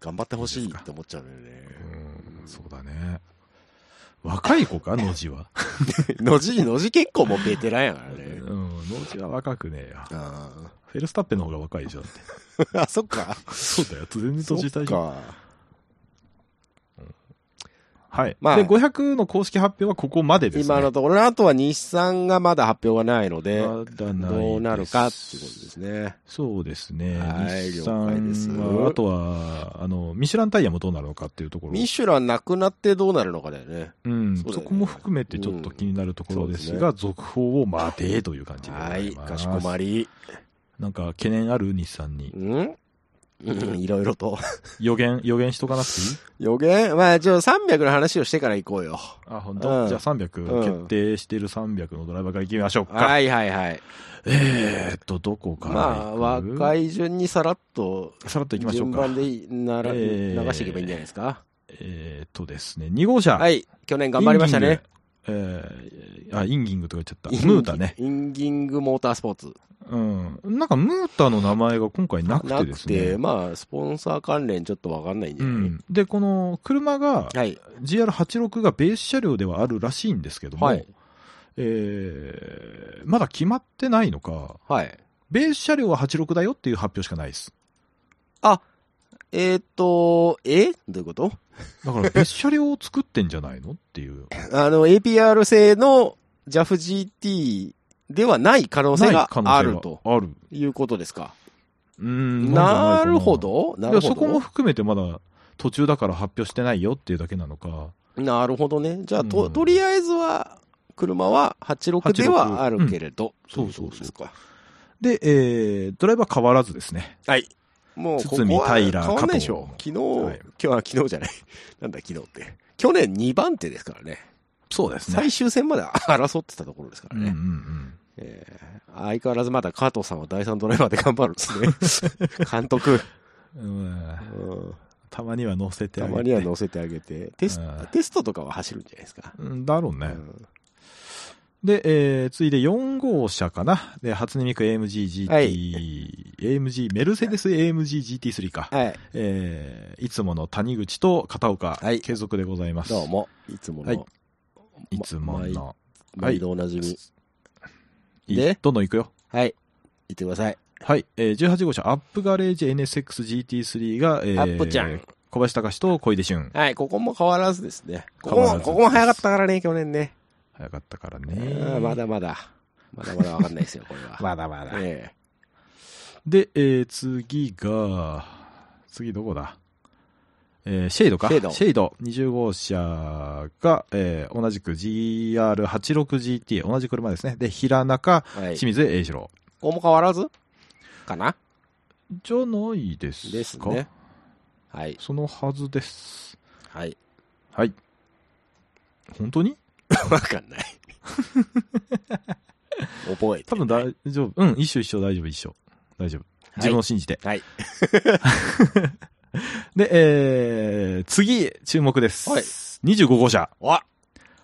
B: 頑張ってほしいって思っちゃうのよね。
C: うん、そうだね。若い子か、のじは。
B: のじ、のじ結構もうベテランやから
C: うん、
B: ね。
C: のじは若くねえよ。
B: あ
C: フェルスタッペンの方が若いでし ょ、だって。
B: ーあ、そっか。
C: そうだよ、全然
B: そ
C: 年下
B: っ
C: でしょ。
B: か。
C: はい。
B: まあ
C: で、500の公式発表はここまでですね。
B: 今のところ、あとは日産がまだ発表がないので、
C: まだないです
B: どうなるかっていうことですね。
C: そうですね。
B: はい
C: 日
B: 了解
C: 産
B: です
C: はあとは、あの、ミシュランタイヤもどうなるのかっていうところ。
B: ミシュランなくなってどうなるのかだよね。
C: うん、
B: そうだ
C: そ
B: よね
C: こも含めてちょっと気になるところですが、
B: う
C: 続報を待てという感じでござ
B: はいい、
C: ます。
B: かしこまり。
C: なんか懸念ある日産に
B: う。んうんいろいろと。
C: 予言、予言しとかなくていい
B: 予言まあ、ちょ、300の話をしてから行こうよ。
C: あ、ほんと、
B: うん
C: じゃあ300、
B: うん
C: 決定してる300のドライバーから行きましょうか。
B: はいはいはい。
C: えーっと、どこから
B: まあ、
C: 行く
B: 若い順にさらっと、
C: さらっと行きましょう
B: 順
C: か。
B: 番でいいなら、
C: えー
B: 流していけばいいんじゃないですか。
C: えーっとですね、2号車。、
B: はいい、去年頑張りましたね。。
C: えー、あ、インギングとか言っちゃった。
B: インギ
C: ムータね。
B: インギングモータースポーツ。
C: うん。なんかムータの名前が今回なく
B: な
C: てで
B: く
C: す
B: て、
C: ね。
B: まあ、スポンサー関連ちょっとわかんないんじ
C: う
B: ゃない
C: ん。で、この車が、
B: はい。
C: GR86 がベース車両ではあるらしいんですけども、
B: はい。
C: えーまだ決まってないのか、
B: はい。
C: ベース車両は86だよっていう発表しかないです。
B: えーっと、えどういうこと
C: だから、別車両を作ってんじゃないのっていう。
B: あの、APR 製の JAFGT ではない可能性
C: ない
B: が
C: 可能性
B: あると
C: がある。
B: いうことですか。
C: うーん。
B: なん
C: じゃいか
B: るほ。ど。ないる
C: や、
B: ほ
C: そこも
B: ど。
C: 含めてまだ途中だから発表してないよっていうだけなのか。
B: なるほどね。じゃあ、
C: う
B: と、
C: ん
B: とりあえずは、車は86ではあるけれど。
C: うんそ
B: と
C: うそうそう
B: いことですか
C: で、えー、ドライバー変わらずですね。
B: はい。もう、ここは
C: 堤
B: 変
C: 平
B: わんないでしょ昨
C: 加。
B: 日、
C: はい
B: 今日は昨日じゃない。 なんだ昨日って。去年2番手ですからね。
C: そうで
B: 最終戦まで争ってたところですか
C: う
B: ら
C: んうんう
B: ね。
C: ん。
B: えー相変わらずまだ加藤さんは第3ドライバーで頑張るんです ね。監督。
C: うん
B: うん
C: たまには乗せて あ
B: た
C: げて。
B: まには乗せてあげて、テス
C: うん
B: テストとかは走るんじゃないですか。
C: うんだろうね。
B: うん
C: で、えー、ついで4号車かな。で、初音ミク AMG GT、
B: はい
C: AMG、メルセデス AMG GT3 か。
B: はい、
C: えー、いつもの谷口と片岡、
B: はい
C: 継続でございます。
B: どうも、いつもの、
C: はいいつも
B: ま
C: の。
B: 毎度おなじみ。
C: い
B: で
C: どんどん行くよ。
B: はい、行ってください。
C: はい。えー、18号車、アップガレージ NSXGT3 が、えー、
B: アップちゃん。
C: 小林隆と小出俊。
B: はい、ここも変わらずですね。ここ
C: 変わらず
B: も、ここも早かったからね、去年ね。
C: 早かったから
B: う
C: ね。
B: んまだまだ、まだまだわかんないですよ、これは。
C: まだまだ
B: え
C: で、えー、次が、次どこだえー、シェイドか。
B: シェイド
C: 20号車が、えー、同じく GR86GT、同じ車ですね。で、平中、
B: えはい、
C: 清
B: こ
C: 水栄一郎。
B: こも変わらずかな
C: じゃないですか
B: ですね。はい、
C: そのはずです。
B: はい。
C: はい。本当に
B: わか んない。覚えて
C: 多分大丈夫。うん、一緒一緒、大丈夫、一緒。大丈夫。自分を信じて。
B: はい。
C: で、えー、次、注目です。
B: はい
C: 25号車、
B: おあ、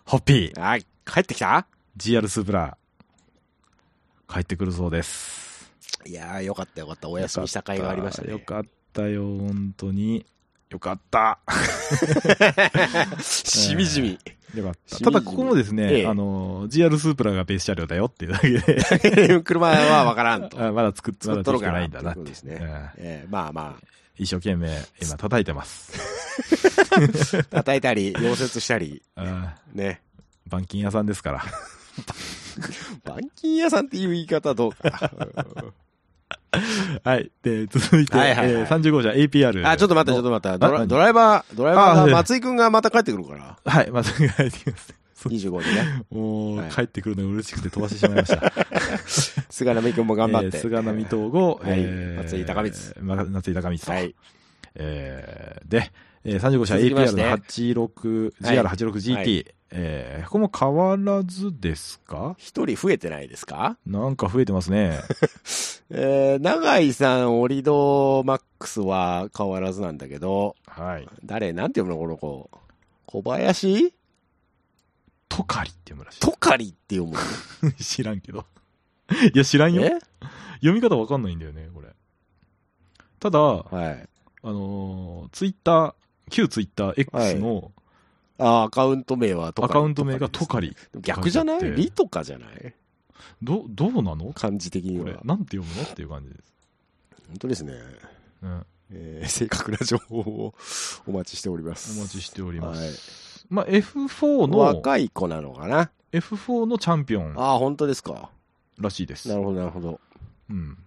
C: ホッピー。
B: 帰ってきた
C: GR スープラ帰ってくるそうです。
B: いやー、よかったよかった。お休みした甲斐がありましたね。
C: よかったよ、本当に。よかった。
B: しみじみ。
C: よかった。
B: しみじみ
C: ただ、ここもですね、
B: ええ
C: あの、GR スープラがベース車両だよっていうだけ で、
B: 車はわからんと。
C: あまだ作っま
B: 作
C: だ
B: っと
C: で
B: る
C: きて
B: か
C: な
B: ら
C: いんだなって
B: ということですね
C: うん
B: ええまあま
C: 一生懸命今叩い てます。
B: あ、叩いたり、溶接したり、
C: あ
B: ね。
C: 板金屋さんですから。
B: 板金屋さんっていう言い方どうか。
C: はい。で、続いて、
B: はいはいはい
C: えー35じゃ APR。
B: あ、ちょっと待って、ちょっと待って。ドラドライバー、ドライ
C: あ
B: バー
C: はい
B: が、松井くんがまた帰ってくる から。
C: と。 はい、また帰ってきます。
B: 25でね。
C: もう、
B: はい
C: 帰ってくるのが嬉しくて飛ばしてしまいました。
B: 菅波くん も頑張って。
C: えー菅波東吾、
B: はい
C: えー
B: 松井高光
C: ま松井高光と。
B: はい。
C: えーで、えー、35社
B: 続きまして
C: APR の86、
B: はい
C: GR86GT、えー、ここも変わらずですか
B: 一人増えてないですか
C: なんか増えてま すね。
B: えー、長井さん、オリドマックスは変わらずなんだけど、
C: はい。
B: 誰なんて読むのこの子。小林
C: トカリって読むらし
B: トカリって読む
C: い。 知らんけど。いや、知らん
B: の
C: よ。
B: ね
C: 読み方わかんないんだよね、これ。ただ、あ
B: はい。
C: のーツイッター、旧ツイッター X の
B: あアカウント名はトカ
C: ア
B: リ。
C: カウント名がトカリ。
B: 逆じゃな
C: 書
B: い
C: いてあって
B: リとかじゃない
C: ど、どうなのこ
B: 漢字的には。
C: れ。なんて読むのっていう感じです。
B: 本当ですね。
C: うん。
B: えー正確な情報をお待ちしております。
C: お待ちしております。まあ、
B: こ
C: F4
B: の
C: の、
B: 若い子なのかな
C: F4 のチャンピオン
B: ああ、本当ですか。
C: らしいです。
B: なるほど、なるほど。
C: うん。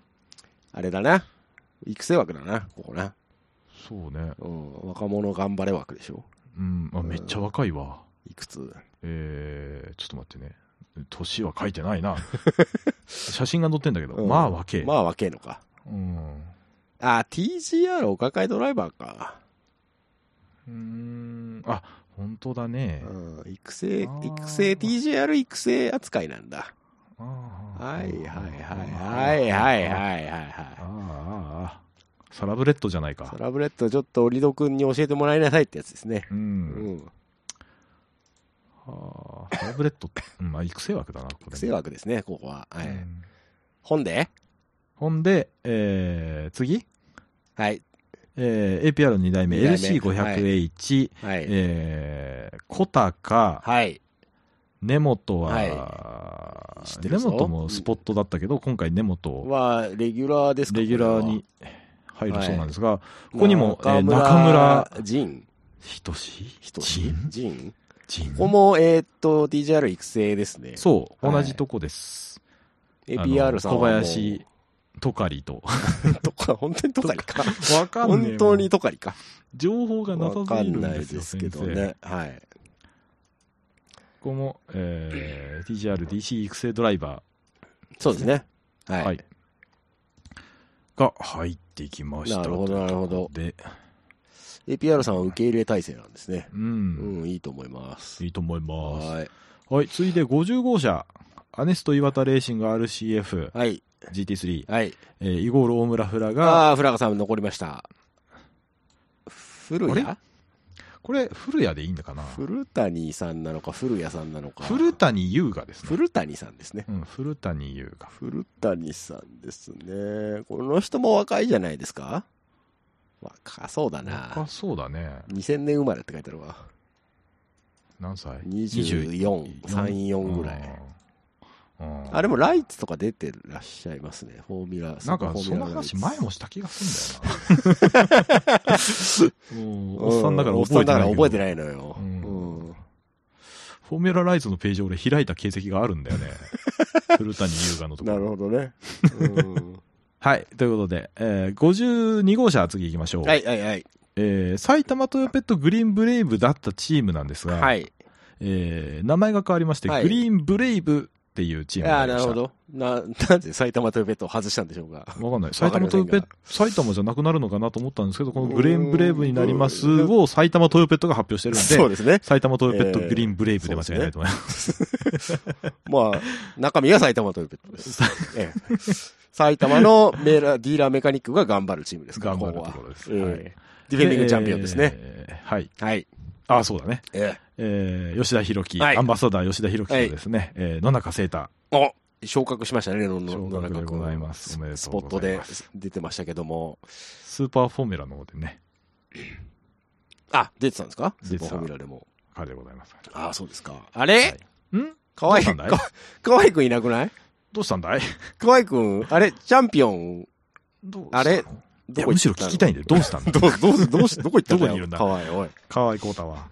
B: あれだな。育成枠だな、ここな。
C: そうね。
B: うん、若者頑張れ枠でしょ。
C: うん。あ、
B: うん
C: めっちゃ若いわ。
B: いくつ
C: えー、ちょっと待ってね。年は書いてな いな。写真が載ってんだけど、
B: うん
C: まあ、わけ。
B: まあ、若えのか。
C: うん。
B: ああ、TGR お抱えドライバーか。
C: うーん。あ、本当だね。
B: うん、育成、
C: あー
B: 育成、TGR 育成扱いなんだ。
C: は
B: はいはいはいはいはい
C: い。
B: はいはい
C: あー
B: は
C: あー、サラブレッドじゃない
B: い。
C: か
B: サ。ラブレッド、ちょっとリド君に教えてもらいなさいってやつですね。
C: う。
B: うんん。
C: あーサラブレッドって、 うんまあ、育成枠だな、これも。
B: 育成枠ですね、ここは。はい
C: うん
B: 本で
C: ほんで、えー、次
B: はい。
C: えー、APR の2代目、
B: 二代目
C: LC500H、
B: はい。
C: えー、小高、
B: はい。
C: 根本は、
B: はい知ってる
C: 根
B: ぞ
C: 本もスポットだったけど、今回根本、
B: は、レギュラーですか
C: レギュラーに入るそうなんですが、
B: こ
C: ここにも、えー中村
B: 仁。
C: ひとし、ひ
B: 人
C: ちん
B: 仁
C: ちん
B: ここも、えーっと、DJR 育成ですね。
C: そう、
B: はい
C: 同じとこです。あの
B: APR さんはも
C: 小
B: う。
C: 林、トカ リと。
B: とか、本当にトカリか。
C: わかんねえ。
B: 本当に。トカリか。
C: 情報がな
B: わ
C: さ
B: か
C: すぎ
B: ん
C: るん
B: ない
C: です
B: で
C: よ、
B: すけ
C: 先
B: ど
C: 生。
B: ね。はい。
C: ここも、えー、TGR、DC 育成ドライバ
B: そうですね。
C: ー、
B: はい。
C: が入ってきました。
B: なるほどなるほど
C: ということ
B: APR さんは受け入れ体制なんですね。
C: で、うん。
B: うん、いいと思います。
C: いいと思います。
B: はい。
C: はい、次いで50号車。アネスト岩田レーシング RCF、
B: はい。
C: GT3、
B: はい。
C: えーイゴール大村フラが、
B: ああ、フラガさん残りました。古谷
C: あこれ、古谷でいいんだかな
B: 古谷さんなのか、古谷さんなのか。
C: 古谷優雅ですね。
B: 古谷さんですね。
C: うん、古谷優雅。
B: 古谷さんですね。この人も若いじゃないですか若そうだ
C: 若
B: な。
C: そうだね。
B: 2000年生まれって書いてあるわ。
C: 何歳
B: 24、34ぐらい。。
C: うん
B: あ、でもライツとか出てらっしゃいますね。フォーミュラ
C: なんか、その話前も
B: し
C: した気がするんだよな。も うおっさんだから
B: おっ
C: 覚
B: さ
C: え
B: ん
C: て
B: だか
C: な
B: ら
C: い。
B: 覚えて
C: い。
B: ないのよ。う
C: う
B: んん。
C: フォーミュラライズのページを俺開いた形跡があるんだ よね。古谷優雅のとこ
B: な
C: ろ。
B: るほどね。うん
C: はい。ということで、えー、52号車、次行きましょう。
B: はいはいはい。
C: えー、埼玉トヨペットグリーンブレイブだったチームなんですが、
B: はい。
C: えー、名前が変わりまして、
B: はい
C: グリーンブレイブっていうチームに
B: あ
C: な
B: あ、
C: り
B: なる
C: ました。
B: ほど。な、なぜ埼玉トヨペットを外したんでしょうか。
C: わかんない。
B: わ
C: 埼
B: かりませ
C: 玉トヨ
B: んが
C: ペ埼玉じゃなくなるのかなと思ったんですけど、このグリーンブレイブになりますを埼玉トヨペットが発表してるんで、
B: そうですね。
C: 埼玉トヨペットグリーンブレイブで間違いないと思います。
B: まあ、中身は埼玉トヨペットです。 ええ埼玉のメーラー、ディーラーメカニックが頑張るチームですから
C: 頑張る
B: ことこは
C: ころです。
B: ええ
C: はい
B: ディフェンディングチャンピオンですね。
C: えーはい。
B: はい。
C: あ、そうだね。
B: え
C: えー、吉田弘樹、
B: はい
C: アンバサダー吉田弘樹とですね、えー野中聖太、
B: えお昇格しましたね、レノンの
C: 昇
B: 野中
C: 格で
B: 君。
C: ございます。おめで
B: ス
C: と
B: ポ
C: う
B: ッ
C: ご
B: ト
C: ざい
B: で
C: ます。
B: 出てましたけども。
C: スーパーフォーミュラの方でね、
B: あ、出てたんですかス
C: 出て
B: ー
C: た
B: パーフォーミュラでも。
C: 彼でございます。
B: ああ、そうですか。あれ、
C: はいん
B: かわいい。
C: どうしたんだい
B: かかわいくんいなくない
C: どうしたんだい
B: かわいくん、あれチャンピオン、
C: どうしたの
B: あれ
C: い
B: ど
C: や、
B: こ行
C: む
B: っ
C: し
B: た
C: ろ
B: の
C: 聞きたいんだよ。どうしたんだ
B: どう、どう、どうし、どこ行ったんだ
C: ど
B: よ
C: こにいるんだ
B: かわいい、おい。
C: 河合孝太は。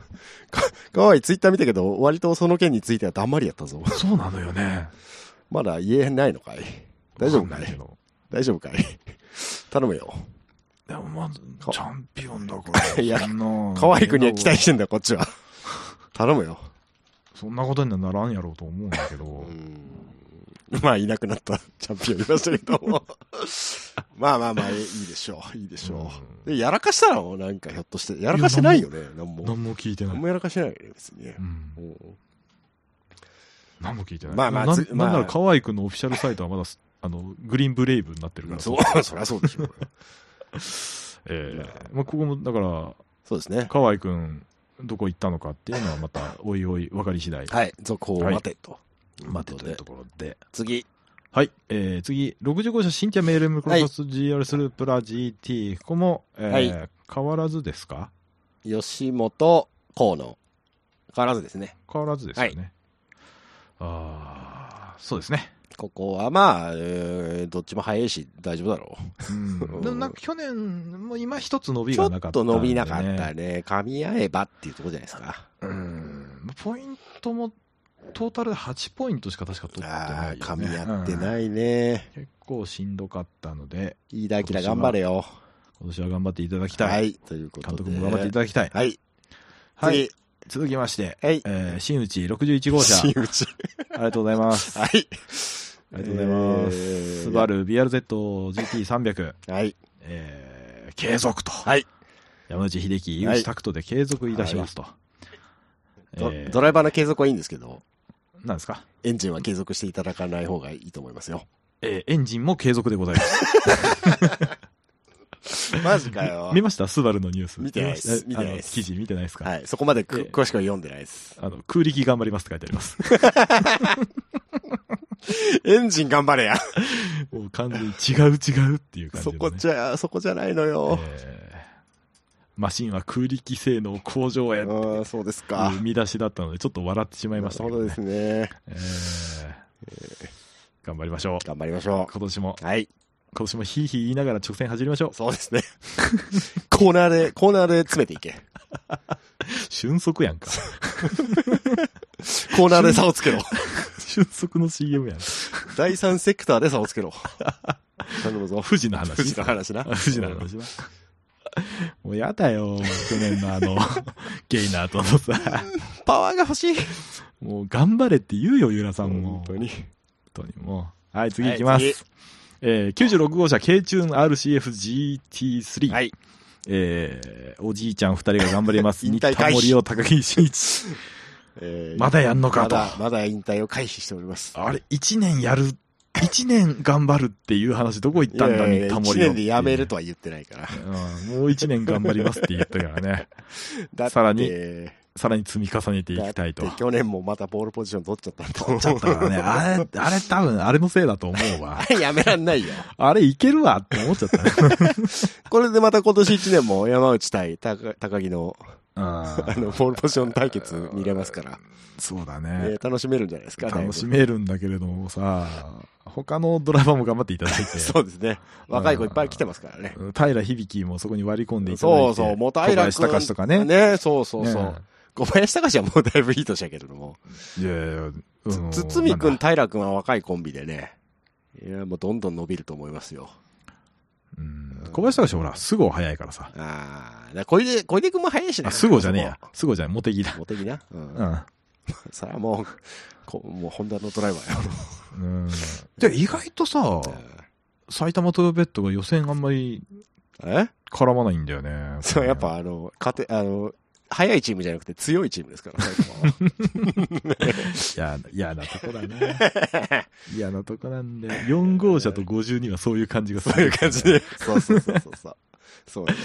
B: かわいい、ツイッター見たけど、割とその件についてはだんまりやったぞ。
C: そうなのよね。
B: まだ言えないのかい大丈夫
C: わ
B: か
C: んないけ
B: い
C: ど
B: 大丈夫かい頼むよ。
C: でもまず、
B: か
C: チャンピオンだから。
B: いや
C: そんな
B: 可愛い国は期待してんだよ、こっちは。頼むよ。
C: そんなことにはならんやろうと思うんだけど
B: う。ん。まあ、いなくなったチャンピオンいましたけども。まあまあまあ、いいでしょう。いいでしょう。でやらかしたのなんかひょっとして。やらかしてないよね、なんも。
C: 何も聞いてな
B: なん
C: い。
B: もやらかしてないよね、別にね
C: う。ん
B: うん
C: 何も聞いてない。
B: まあまあ
C: な
B: つまあ
C: なんなら河合くんのオフィシャルサイトはまだ、あの、グリーンブレイブになってるから。
B: そう、そりゃそうでしょうよ。
C: ええまあ、ここも、だから、
B: そうですね。
C: 河合くん、どこ行ったのかっていうのはまた、おいおい、分かり次第、
B: はい、続報を待てと。
C: 待てというところで。
B: 次。
C: はい。えー、次、65車シンティアメールムクロス GR スループラ GT。ここも、えー
B: はい
C: 変わらずですか
B: 吉本河野。変わらずですね。
C: 変わらずですよね。ああ、そうですね。
B: ここはまあ、えーどっちも早いし大丈夫だろ
C: う
B: うん
C: ん。でもなんか去年も今一つ伸
B: う。
C: び
B: ちょ
C: がな
B: っ
C: かったんでね、
B: と伸びなかったね。噛み合えばっていうところじゃないですか。
C: うん。ポイントも、トータルで8ポイントしか確か取ってな
B: あ
C: い、
B: あ、
C: ね。
B: 噛み合って
C: うん
B: ないね。
C: 結構しんどかったので、
B: 飯田明頑張れよ。
C: 今年は頑張っていただきたい。
B: はい、ということ
C: 監
B: で。
C: 督も頑張っていただきたい。
B: はい、
C: はい。
B: 次。
C: 続きまして、
B: はい。
C: えー、新内61号車。
B: 真打ち。
C: ありがとうござい ます。
B: はい。
C: ありがとうございます。
B: えー
C: スバ。ル BRZGT300、
B: はい。
C: えー、継続と。
B: はい
C: 山内秀樹、井
B: はい
C: 口拓人で継続いたしますと。
B: ド
C: えー
B: ドライバーの継続はいいんですけど、
C: なんですか
B: エンジンは継続していただかない方がいいと思います よ。
C: えー、エンジンも継続でございます。
B: マジか よ
C: 見ましたスバルのニュース。
B: 見てないです
C: 見ま
B: 見て
C: した
B: ないです
C: あの記事見てないですか、
B: はい。そこまでく
C: え
B: 詳し
C: え
B: くは読んでないです。
C: あの、空力頑張りますって書いてあります。
B: エンジン頑張れや。
C: もう完全に違う違うっていう感じ
B: そ
C: のね、
B: こじゃ、そこじゃないのよ。
C: えーマシンは空力性能向上へっていう
B: ああ、そうですか。
C: 見出しだったので、ちょっと笑ってしまいました
B: な
C: け
B: る
C: ど、
B: ほ
C: ね。
B: どですね。
C: えー頑張りましょう。
B: 頑張りましょ
C: 今年も、
B: う。はい。
C: 今年もヒーヒー言いながら直線走りましょう。
B: そうですね。コーナーで、コーナーで詰めていけ。
C: 瞬足やんか。
B: コーナーで差をつ けろ。
C: 瞬足の CM やん。
B: 第三セクターで差をつけろ。頼むぞ。
C: 富士の話。
B: 富士の話な。
C: 富士の話な。もうやだよ、去年のあの、ゲイナーとのさ、
B: パワーが欲しい。
C: もう頑張れって言うよ、ゆらさんも。
B: 本当に。
C: 本当にもう。はい、次行きます。
B: はい次
C: えー、96号車、K チューン RCFGT3。
B: はい。
C: えー、おじいちゃん二人が頑張ります。
B: 引
C: 新
B: 退
C: 田
B: 回避
C: 森を高木真一。
B: えー
C: まだやんのかと
B: まだ、まだ引退を回避しております。
C: あれ、一年やる、一年頑張るっていう話、どこ行ったんだ、
B: いやいやい
C: 新田
B: や
C: 森を
B: 一年でやめるとは言ってないから。
C: うん。もう一年頑張りますって言ったか らね。
B: だって
C: さらにさらに積み重ねていきたいと
B: だっ。て去年もまたボールポジション取っちゃったんだ
C: ちゃったからね。あれ、あれ多分、あれのせいだと思うわ
B: あ。れやめらんないよ。
C: あれいけるわって思っちゃったね。
B: これでまた今年1年も山内対高高木のあ
C: う ん
B: のボールポジション対決見れますから、
C: そうだ
B: え
C: ね。
B: ー楽しめるんじゃないですか。
C: 楽し
B: め
C: めるんだけれどもさ、他のドライバーも頑張っていただいて。
B: そうですね。若い子いっぱい来てますからね。
C: 平響もそこに割り込んでいただいて。
B: そうそう、もう平
C: 小
B: 君
C: 林隆とかね。
B: ね、そうそうそう。
C: ね
B: 小林隆はもうだいぶいい年やけれども。
C: いやいや、
B: つ
C: うん
B: 堤
C: な
B: 君、
C: んだ
B: 平君は若いコンビでね。いや、もうどんどん伸びると思いますよ。
C: うん小林隆ほら、すご早いからさ。
B: ああ、だから小出、小出君も早いし
C: あ、
B: な。
C: すごじゃねえや。すごじゃねえ、モテギだ
B: そ。こ。モテギな。う。
C: うんん。
B: それはもう、こもうホンダのドライバーよ。
C: うん。じゃあ意外とさ、埼玉トヨペットが予選あんまり
B: え
C: 絡まないんだよね。
B: そう、やっ。ぱあの、勝て、あの、速いチームじゃなくて強いチームですから、埼玉はい
C: や、嫌なとこ だね。嫌なとこなんで。4号車と52は そういう感じがする。
B: そういう感じ。で。そうそうそうそうそう。そうなんだよ。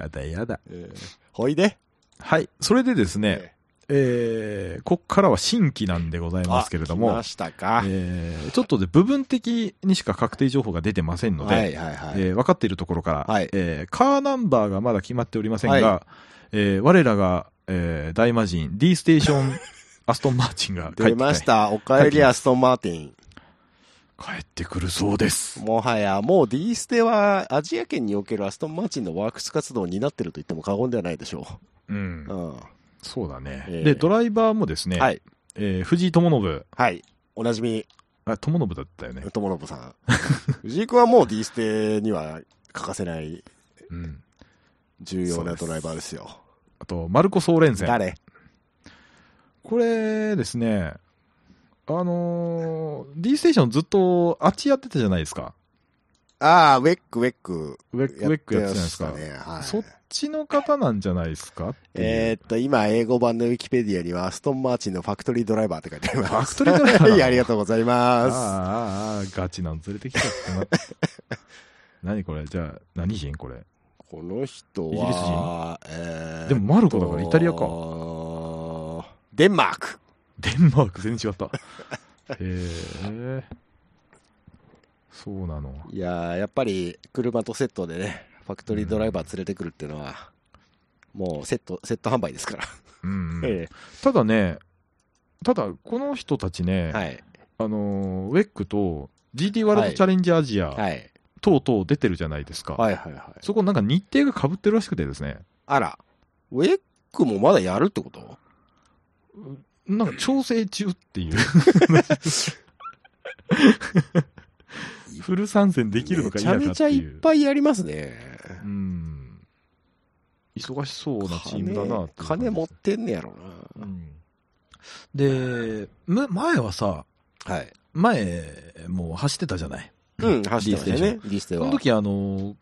C: やだやだ。
B: えーほいで。
C: はい。それでですね、
B: え
C: えー、こっからは新規なんでござい
B: ー
C: ますけれど
B: あ来
C: も
B: ま、したか。
C: えー、ちょっとで部分的にしか確定情報が出てませんので、
B: はいはいはい。
C: えー分かっているところから、
B: はい
C: えーカーナンバーがまだ決まっておりませんが、
B: は
C: えー我らが、えー大魔神 D ステーショ ンアストンマーチンが帰って
B: 出
C: きて
B: ました。おかえりアストンマーティン。
C: 帰ってくるそうです。
B: もはや、もう D ステはアジア圏におけるアストンマーチンのワークス活動になってると言っても過言ではないでしょ
C: う
B: う。
C: ん
B: う、ん。
C: そうだね、
B: ええ
C: で、ドライバーもですね、
B: はい。
C: えー藤井智信、
B: はい。おなじみ、
C: あ、智信だったよね。
B: 友信さん。藤井君はもう D ステには欠かせない
C: うん、
B: 重要なドライバーですよ。
C: あと、マルコ・ソーレンセン。
B: 誰
C: これですね、あのー、D ステーションずっとあっちやってたじゃないですか。
B: ああ、ウェック、ウェック。
C: ウェックウェックやってたじゃないですか。
B: やってましたねはい
C: そっちの方なんじゃないですかっていう
B: えーっと、今、英語版のウィキペディアには、アストン・マーチンのファクトリードライバーって書いてあります。
C: ファクトリードライバ ー
B: はい、ありがとうござい
C: ああ
B: ます。
C: ああああ、ガチなん連れてきちゃっ たな。何これじゃあ、何人これ。
B: この人
C: イギリス
B: は、えー、
C: でもマルコだからイタリアか。
B: デンマーク。
C: デンマーク全 然違った。へえ。そうなの。
B: いやーやっぱり、車とセットでね、ファクトリードライバー連れてくるっていうのは、もうセット、セット販売ですから。
C: うん、うん。
B: え
C: ただね、ただ、この人たちね、
B: えはい。
C: あのーウェックと GT ワールドチャレンジアジア
B: はい。
C: 等々出てるじゃないですか。
B: はいはいはい。
C: そこなんか日程が被ってるらしくてですね、
B: あら、ウェックもまだやるってこと
C: なんか調整中っていう。フル参戦できるのか否かっていう。
B: めちゃめちゃいっぱいやりますね。
C: うん。忙しそうなチームだなってい
B: 金
C: う感じ
B: 金持ってんねやろ
C: で、む前はさ、
B: な。はい。
C: 前、もう走ってたじゃない。
B: うん、走ってましたよね、リステ
C: こ
B: は。
C: の時、あの、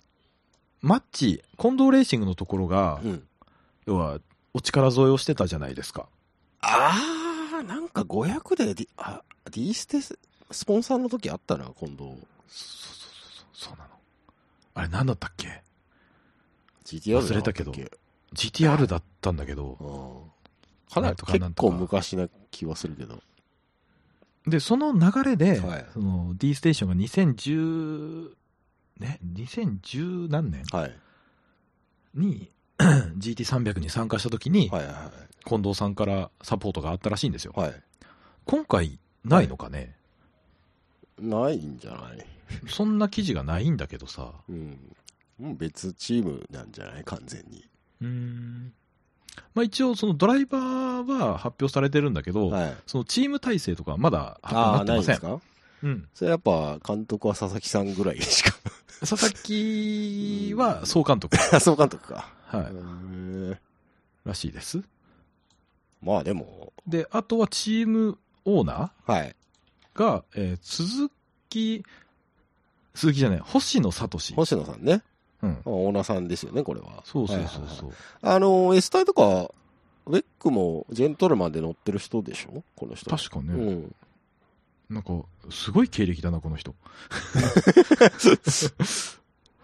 C: マッチ、近藤レーシングのところが、
B: うん。
C: 要は、お力添えをしてたじゃないですか。
B: あー、なんか500でリ、あ、リステス、スポンサーの時あったな、今度。
C: そうそうそうそう、そうなの。あれ、なんだったっけ
B: GTR
C: 忘れたけど
B: じゃなかっ
C: ?GTR だったんだけど
B: たっけ。うん。かな
C: なん
B: り
C: とかなん
B: 結
C: とか
B: 構昔な気はするけど。
C: で、その流れで、
B: はい
C: その D ステーションが2010、ね、2010何年
B: はい。
C: に GT300 に参加した時に、
B: はいは
C: 近藤さんからサポートがあったらしいんですよ。
B: いはい。はい。
C: 今回、ないのかね、
B: ないんじゃない
C: そんな記事がないんだけどさ。
B: うん。もう別チームなんじゃない完全に。
C: うん。まあ一応、そのドライバーは発表されてるんだけど、
B: はい。
C: そのチーム体制とかはまだ発
B: ああー、
C: 表
B: ない
C: になっ
B: ん
C: てま
B: で
C: せ
B: すか
C: ん。うん。
B: それやっぱ監督は佐々木さんぐらいしか。
C: 佐々木は総監督。
B: あそう監督か。
C: は
B: へ
C: い。
B: ー
C: らしいです。
B: まあでも、
C: で、あとはチームオーナー
B: はい。
C: が、えー鈴木、鈴木じゃない、星野聡。
B: 星野さんね。
C: うん。
B: オーナーさんですよね、これは。
C: そうそうそう
B: はいはい
C: そ
B: は
C: う。
B: いあの、S 隊とか、ウェックもジェントルマンで乗ってる人でしょこの人。
C: 確かね、
B: うん。
C: なんか、すごい経歴だな、こ の人。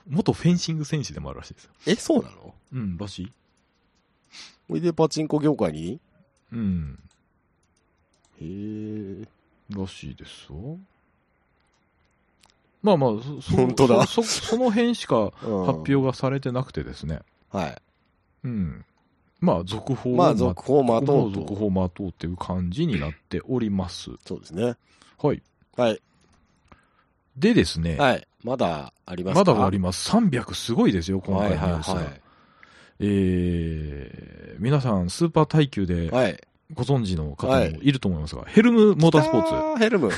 C: 元フェンシング選手でもあるらしいですよ。
B: え、そうなの
C: うん、らしい。
B: おいでパチンコ業界に
C: うん、
B: へえ。
C: らしいですよ。まあまあ、そそ
B: 本当だ
C: そそその辺しか
B: うん
C: 発表がされてなくてですね。
B: は
C: うん。まあ、続報
B: い。
C: を
B: まあ、
C: 待っ
B: 続報を待とう
C: 続
B: と。
C: 報を待とうっていう感じになっております。
B: そうですね。
C: はい。
B: はい。
C: でですね、
B: はい。まだあります
C: ま
B: か
C: だあります。300すごいですよ、今
B: は
C: 回
B: い
C: のニ
B: はい
C: ュースが。
B: は
C: えー、皆さん、スーパー耐久で
B: い。はい。
C: ご存知の方
B: は
C: も
B: い
C: いると思いますが、ヘルムモータースポ
B: きた
C: ーツ、
B: ヘルム。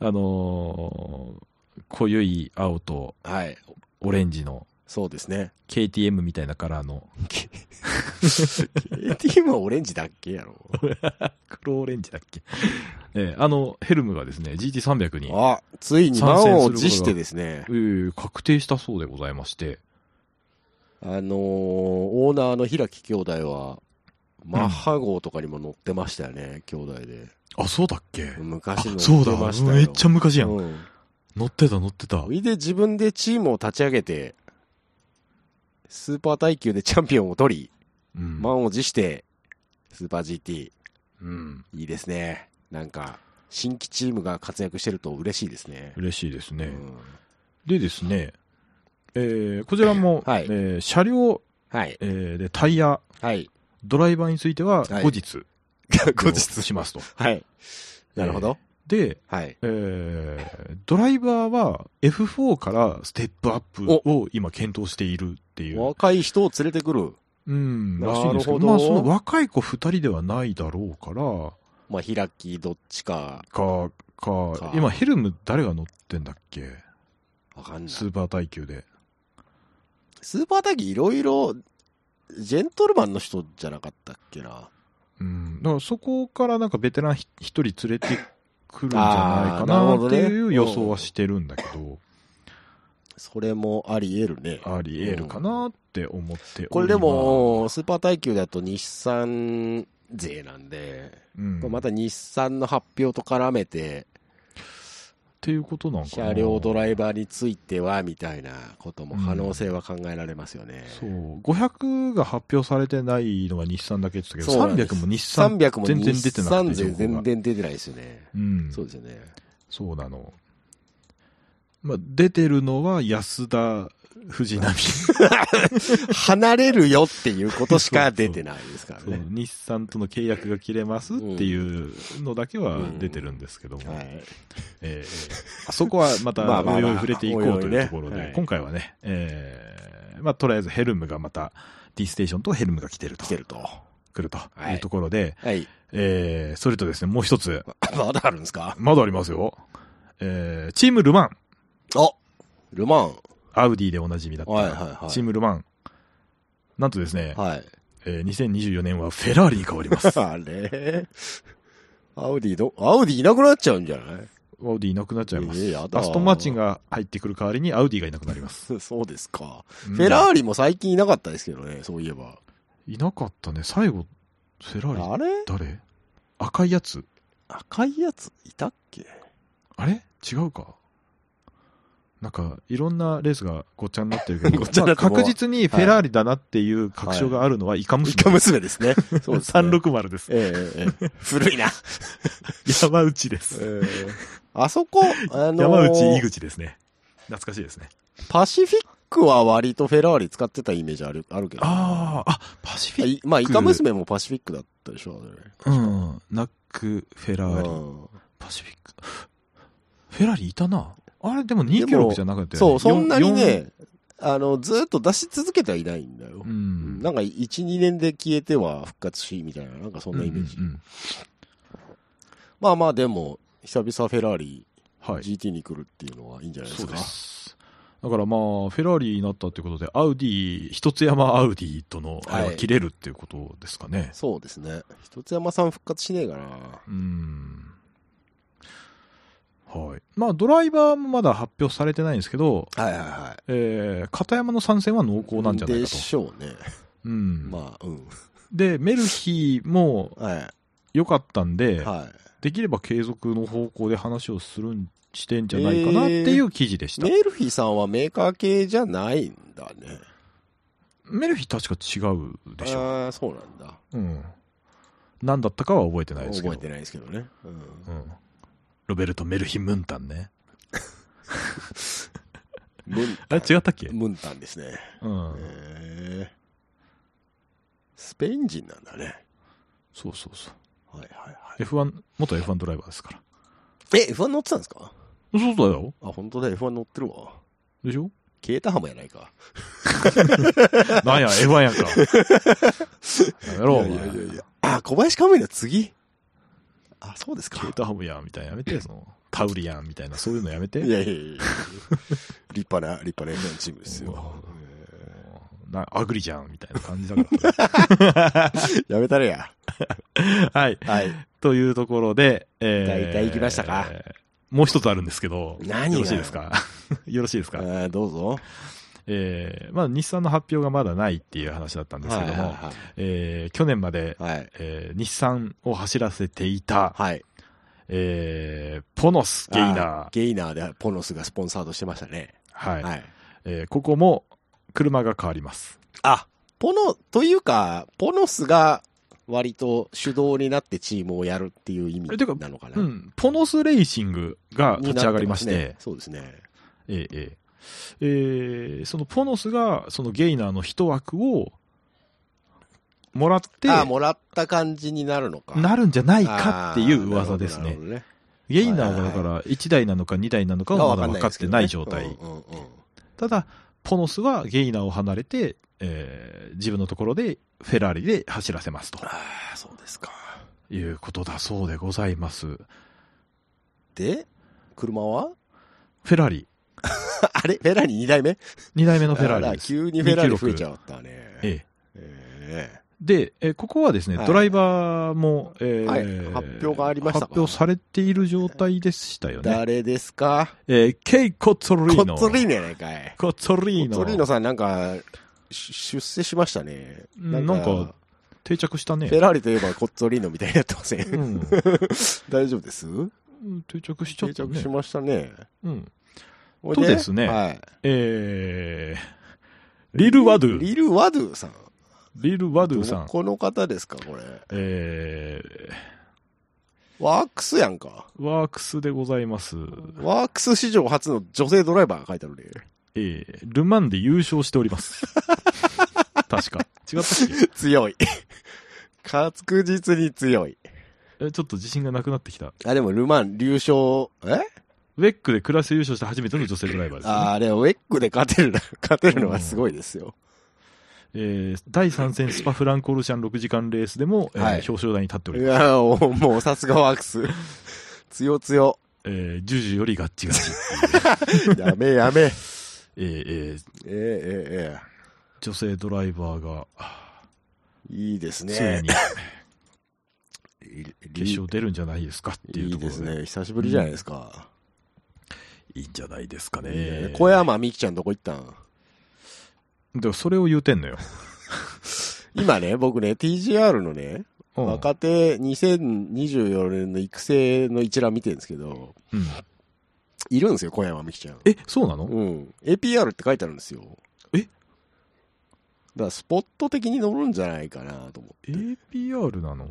C: あのー濃ゆい青と
B: はい。
C: オレンジの
B: そうです ね。
C: KTM みたいなカラーの、
B: KTM はオレンジだっけやろ。
C: 黒オレンジだっけ、 えーあのヘルムがですね、GT300 に、
B: あ、ついに満を持してですね
C: え、ー確定したそうでございまして、
B: あのーオーナーの平木兄弟は、マッハ号とかにも乗ってましたよね、兄弟で。
C: あ、そうだっけあ
B: 昔乗、
C: そう
B: って
C: だ、
B: ましたよ。
C: めっちゃ昔やん。
B: うん。
C: 乗ってた、乗ってた
B: そ。れで自分でチームを立ち上げて、スーパー耐久でチャンピオンを取り、
C: うん
B: 満を持して、スーパー GT、
C: うん、
B: いいですね。なんか、新規チームが活躍してると嬉しいですね。
C: 嬉しいですね。
B: うん
C: でですね、えーこちらも、
B: はい
C: えー車両、
B: はい。
C: えーでタイヤ、
B: はい。
C: ドライバーについては
B: はい
C: 後日、
B: 後日
C: しますと。
B: はい。なるほど。
C: で、
B: はい。
C: えードライバーは F4 からステップアップを今検討しているっていう、
B: 若い人を連れてくる。
C: うん、
B: なる
C: ら
B: ほ
C: し
B: ど
C: いんですけど、まあその若い子2人ではないだろうから、
B: まあ、開き、どっちか、
C: か、か、
B: か
C: 今ヘルム誰が乗ってんだっけ
B: わかんない。
C: スーパー耐久で。
B: スーパータギいろいろ、ジェントルマンの人じゃなかったっけな。
C: うん、だからそこからなんかベテランひ一人連れてくるんじゃないか
B: あーなる
C: な
B: ほど
C: っ
B: ね
C: ていう予想はしてるんだけど、
B: それもあり得るね。
C: あり得るかなっって思っております
B: これで、も、スーパー耐久だと日産勢なんで、
C: うん、
B: また
C: た、
B: 日産の発表と絡めて、
C: っていうことなんかな
B: 車両ドライバーについては、みたいなことも可能性は考えられますよね。
C: そう。500が発表されてないのが日産だけって言って
B: そう
C: た
B: なん
C: け
B: で
C: ど、
B: す
C: 300も日産。
B: 300も
C: 全然
B: 日
C: 出てなく
B: 産
C: て
B: 勢
C: 情報
B: 全
C: が
B: 然出てないですよね。
C: うん。
B: そうですよね。
C: そうなの。まあ、出てるのは安田、藤 波。
B: 離れるよっていうことしか出てないですから
C: そう
B: ね。
C: 日産との契約が切れますっていうのだけは出てるんですけども、
B: はい。
C: えーえーあそこはま
B: まあ
C: た
B: まあまあ
C: おいおい触れていこうと
B: おいおい
C: いう
B: ね
C: ところで、
B: はい
C: 今回はね、えーまあ、とりあえずヘルムがまた、D ステーションとヘルムが来てると。
B: 来てると。は
C: 来ると
B: はい
C: いうところで、
B: い。
C: えーそれとですね、もう一つ、
B: まだあるんですか
C: まだありますよ。えーチームルマン、
B: あルマン。
C: アウディでおなじみだった、
B: はいはいはい
C: チームルマン、なんとですね、
B: はい。
C: えー2024年はフェラーリに変わります。
B: あれアウディど、アウディいなくなっちゃうんじゃない
C: アウディいなくなっちゃいます。
B: ええやだ
C: アストンマーチンが入ってくる代わりにアウディがいなくなります。
B: そ そうですか。
C: フ
B: フェラーリも最近いなかったですけどね、そういえば。
C: いなかったね。最後、フェラーリ、
B: あれ
C: 誰赤いやつ
B: 赤いやついたっ け
C: あれ違うか。なんか、いろんなレースがごっちゃになってるけど、
B: ごっちゃになって
C: ま
B: も
C: あ確実にフェラーリだなっていう確証があるのはイカ
B: イ
C: 娘。
B: カ娘ですね。 そうです、ね。。
C: 360です。
B: ええええ 古いな。
C: 山内です。
B: ええあそ こ、あの
C: 山内、井口ですね。懐かしいですね。
B: パシフィックは割とフェラーリ使ってたイメージあるあるけど。
C: ああ、あ、パシフィッ
B: いまあ、イカ娘もパシフィックだったでしょ、あれ
C: ク。うん。ナック、フェラーリ。
B: うん
C: パシフィック。フェラーリいたな。あれ、でも296じゃなくて、
B: そう、そんなに
C: よん。
B: ね、あの、ずーっと出し続けてはいないんだよ
C: う。ん。
B: なんか、1、2年で消えては復活し、みたいな、なんかそんなイメージ
C: うん。うん
B: まあまあ、でも、久々フェラーリ
C: うんはい。
B: GT に来るっていうのはいいんじゃないですか。
C: す。だからまあ、フェラーリになったということで、アウディ、一つ山アウディとのあれは切れるっていうことですかね。
B: そうですね。一つ山さん復活しねえかな。
C: うん。はい。まあ、ドライバーもまだ発表されてないんですけど、
B: はいはいはい。
C: えー、片山の参戦は濃厚なんじゃない
B: で
C: かと。
B: しょうね。
C: うん。
B: まあ、うん。
C: で、メルヒーも
B: は
C: 良かったんで、
B: い。はい。
C: できれば継続の方向で話をするん、してんじゃないかなっていう記事でした。
B: メルフィさんはメーカー系じゃないんだね。
C: メルヒー確か違うでしょ。
B: ああ、そうなんだ。
C: うん。何だったかは覚えてないですけど。
B: 覚えてないですけどね。うん
C: うん。ロベルト・メルヒ・ムンタンね。
B: ムン
C: あれ違ったっけ
B: ムンタンですね。
C: うん。
B: へえスペイン人なんだね。
C: そうそうそう。
B: はいはいは
C: F1、元 F1 ドライバーですから。
B: い。え、F1 乗ってたんですか
C: そうだよ。
B: あ、本当だ、F1 乗ってるわ。
C: でしょ
B: ケータハムやないか。
C: な んや、F1 やんか。やめろ、お前。
B: や。あ、小林カムイの次あ、そうです
C: ケー
B: か。
C: タハムやんみたいなやめて、その、タウリアンみたいな、そういうのやめて。
B: いやいやいやいや立派な、立派な F1 チームですよ。
C: なアグリじゃんみたいな感じだか
B: やめたれや。
C: ら。はい。
B: はい。
C: というところで、えー、
B: 大体行きましたか
C: もう一つあるんですけど、
B: 何が
C: よろしいですか よろしいです
B: あ
C: か、
B: ーどうぞ。
C: えー、まあ日産の発表がまだないっていう話だったんですけども、
B: は
C: えー去年まで、
B: いはいはい。はい。
C: えー日産を走らせていた、
B: はい。
C: えーポノスゲイ
B: あ
C: ナー
B: ー。ゲイナーでポノスがスポンサードしてましたね。
C: はい。
B: はい。
C: えーここも車が変わります。
B: あ、ポノ、というか、ポノスが割と主導になってチームをやるっていう意味
C: えてか
B: なのかな。
C: うん。ポノスレーシングが立ち上がりまして、
B: になっますねそうですね。
C: えーえーえーそのポノスが、そのゲイナーの一枠をもらって、
B: あもらった感じになるのか。
C: なるんじゃないかっていう噂です
B: あーなる
C: ね
B: ほ。どなる
C: ゲイナーがだから1台なのか2台なの
B: ほ
C: か
B: どね。
C: はまだ分かってない状
B: わ
C: 態
B: か。んないですけどねうんうんうん
C: ただ、ポノスはゲイナーを離れて、えー自分のところでフェラーリで走らせますと
B: ああ、そうですか。
C: いうことだそうでございます。フ
B: で、車は
C: ェラーリ、
B: あれフェラーリ2代目
C: 2台目のフェラー
B: あ
C: リ
B: ら
C: です。
B: 急にフェラーリ増えち
C: う。
B: ゃったね。
C: ええ
B: え
C: で、えーここはですね、
B: はい
C: ドライバーも、えー
B: はい発表がありましたか
C: 発表されている状態でしたよ
B: え
C: ね。
B: 誰ですか
C: えーケイ・コッツォリ
B: コ
C: ーノ。
B: ッツォリーノやないかい。
C: コッツォリーノ。
B: コッツォリーノさんなんか、し出世しましたね。
C: うんなんか定着したね
B: フ。ェラーリといえばコッツォリーノみたいになってませ。
C: うんん。
B: 大丈夫です
C: うん定着しちゃっ
B: 定
C: た
B: 着
C: ね
B: し。ましたね。
C: うん。
B: ほい
C: とですね
B: はい。
C: えー、リル・ワドゥ。
B: リル・ワドゥさん。
C: リル・ワドゥさ
B: ど
C: ん。
B: この方ですか、これ。
C: え
B: ワークスやんか。
C: ー、ワークスでございます。
B: ワークス史上初の女性ドライバーが書いてあるね。
C: えー、ルマンで優勝しており ます。確か。違ったっけ
B: 強い。確実に強い。
C: えちょっと自信がなくなってきた。
B: あ、でも、ルマン、流勝、え
C: ウェックでクラス優勝した初めての女性ドライバーです、ね。
B: ああれ、ウェックで勝てるな、勝てるのはすごいですよ。
C: えー第3戦スパフランコルシャン6時間レースでも、えー
B: はい
C: 表彰台に立ってお
B: い
C: ります。
B: やー、おもうさすがワークス。 強強。
C: えー、10時よりガッ チガチ。
B: やめやめ。え
C: えーえー
B: ええええ
C: 女性ドライバーが、
B: えいいです
C: つい
B: ね
C: に。決勝出るんじゃないですかって
B: い
C: いう
B: い
C: とこ
B: で
C: ろ
B: す
C: で。
B: ね。久しぶりじゃないですか。
C: いいんじゃないですか
B: ね
C: ね。
B: 小山美希ちゃんどこ行ったん
C: でもそれを言うてんのよ。
B: 今ね、僕ね、TGR のね、
C: うん
B: 若手2024年の育成の一覧見てるんですけど、
C: うん
B: いるんですよ、小山美希ちゃん。
C: え、そうなの、
B: うん。APR って書いてあるんですよ。
C: え
B: だからスポット的に乗るんじゃないかなと思って。
C: ?APR なの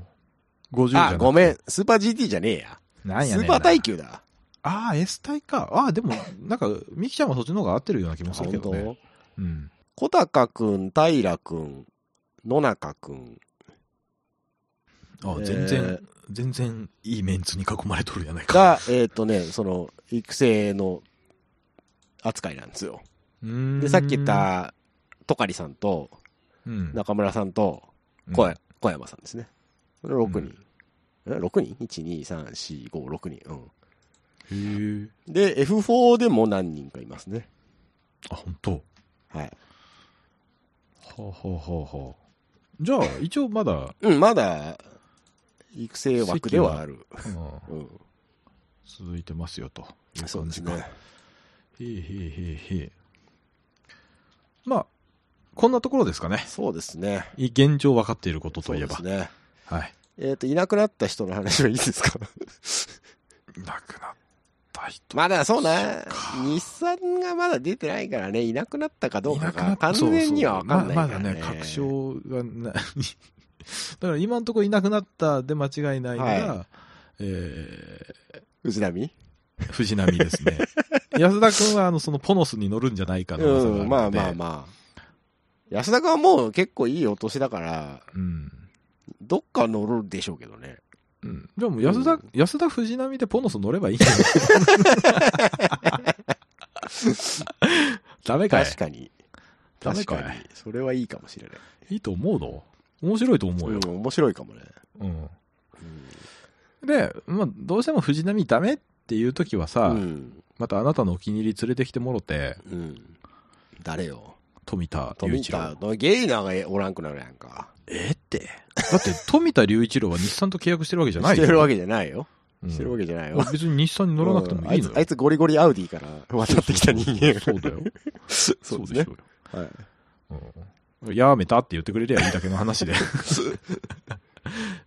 C: ?50 じゃなく
B: あ、
C: て
B: ごめん。。スーパー GT じゃねえや。
C: なんや
B: ス
C: ね
B: ー
C: ん
B: パー耐久だ。
C: ああ、S 体か。ああ、でも、なんか、ミキちゃんはそっちの方が合ってるような気もするけ
B: 本当
C: どね。うん。
B: 小高くん、平くん、野中くん。
C: あ
B: えー
C: 全然、全然いいメンツに囲まれとるやないか。
B: が、えっ、とね、その、育成の扱いなんですよ。
C: うーん
B: で、さっき言っ、た、トカリさんと、
C: うん、
B: 中村さんと、
C: うん
B: 小,、小山さんですね。それ6人。
C: う
B: え6人 ?1、2、3、4、5、6人。うん。
C: へえ。
B: で、F4 でも何人かいますね。
C: あ、本当。は
B: はい。
C: あ、はあはあはあ、じゃあ、一応まだ、
B: うん、まだ、育成枠ではある。
C: うん
B: うん。
C: 続いてますよという
B: そう
C: 感
B: です
C: じか。
B: ね。
C: へえへえへえへえ。まあ、こんなところですかね。
B: そうですね。
C: 現状分かっていること
B: そ
C: と
B: う
C: いえ
B: で
C: ば。
B: すね。
C: はい。
B: えっ、と、いなくなった人の話はいいですか
C: なくなった 人。
B: まだそうね
C: そっか。
B: 日産がまだ出てないからね、いなくなったかどうか
C: いなくな
B: が
C: っ
B: 完全には分かんないから、ね
C: そうそうままだね、確証が な、だから今のところいなくなったで間違いないのが、
B: は
C: え
B: 藤波
C: ー藤波です ね。安田君は、あの、そのポノスに乗るんじゃないかな、
B: うん、まあまあ
C: あ。
B: まあ。安田君はもう結構いいお年だから、
C: うん。
B: どっか乗るでしょうけどね。
C: うん、じゃあもう安田、
B: うん
C: 安田藤波でポノス乗ればいいんじゃない ダメかい
B: 確かに。
C: ダメ
B: 確
C: かい
B: かに。それはいいかもしれない。
C: いいと思うの面白いと思うよ。
B: うん、面白いかもね。
C: うん。で、まあ、どうしても藤波ダメっていう時は
B: う
C: さ、
B: ん。
C: またあなたのお気に入り連れてきてもろて、
B: うん。誰よ。
C: 富田隆
B: 富
C: 一郎
B: 田。、ゲイナーがおらんくなるやんか。
C: えーって。だって、富田隆一郎は日産と契約してるわけじゃない
B: してるわ
C: け。
B: けじゃないよ。してるわけ
C: け
B: じゃないよ。
C: 別に日産に乗らなくてもいいの
B: うんあ
C: よ
B: いつあ。いつゴリゴリアウディから渡ってきた人間。
C: そうだよ。
B: そ
C: そうう
B: です
C: でし
B: ね
C: ょ。う
B: は
C: よ
B: い。
C: うん。やめたって言ってくれりゃいいだけの話で。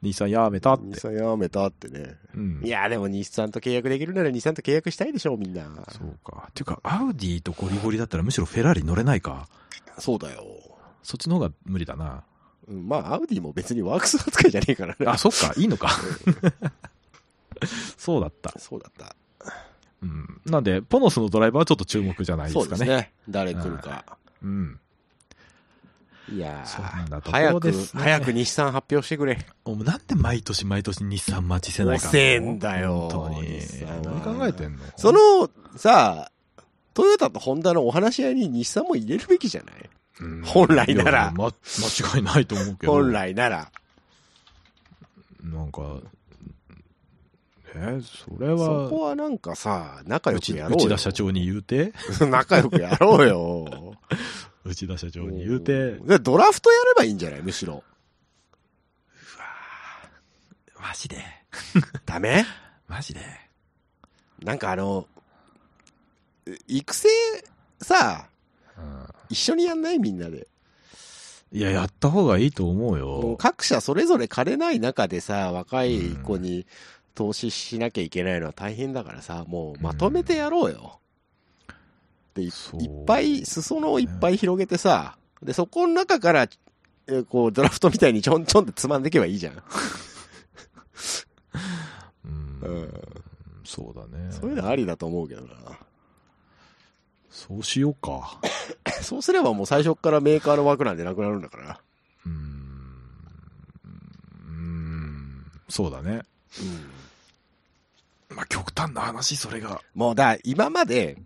C: 日産やめたっ
B: 日
C: て。
B: 産やめたってね。
C: うん
B: い。や、でも日産と契約できるなら日産と契約したいでしょ、みんな。
C: そうか。ていうか、アウディとゴリゴリだったらむしろフェラーリ乗れないか。
B: そうだよ。
C: そっちの方が無理だな。
B: うん、まあ、アウディも別にワークス扱いじゃねえからね。
C: あ、そっか、い いのか。そうだった。
B: そうだった。
C: うん。なんで、ポノスのドライバーはちょっと注目じゃないで
B: そう
C: す
B: です
C: かね。
B: ね。誰来るか。
C: うん。
B: いや
C: そうなんだ
B: ー
C: とこ
B: 早
C: ろ
B: く、
C: ですね
B: 早く日産発表してくれ。
C: お前なんで毎年毎年日産待ちせないか
B: 遅えんだよ
C: 本当に
B: 日。産は
C: 何考えてんの
B: そ、の、さあ、トヨタとホンダのお話し合いに日産も入れるべきじゃない
C: うん
B: 本来なら
C: いやま、間違いないと思うけど。
B: 本。来なら。
C: なんか、え、それ
B: そこ
C: は、
B: はなんかさ、仲良
C: う
B: く
C: ち
B: やろう
C: 内
B: よ
C: 田。社長に言うて、
B: 仲良くやろうよ。
C: 内田社長に言うて、
B: でドラフトやればいいんじゃないむしろ。
C: マジで、
B: ダメ
C: マジで。
B: なんかあの、育成、さあ、
C: うん
B: 一緒にやんないみんなで。
C: いや、やった方がいいと思う
B: もう
C: よ。
B: 各社それぞれ枯れない中でさ、若い子に投資しなきゃいけないのは大変だからさ、もうまとめてやろうよ。で、いい
C: そう
B: っぱい、裾野をいっぱい広げてさ、で、そこの中から、えーこう、ドラフトみたいにちょんちょんってつまんでいけばいいじゃん。
C: うん
B: うん。
C: そうだね。
B: そういうのありだと思うけどな。
C: そうしようか。
B: そうすればもう最初っからメーカーの枠なんでなくなるんだから。
C: うーん。うーんそうだね。
B: うん。
C: まあ、極端な話、それが。
B: もうだ、今まで、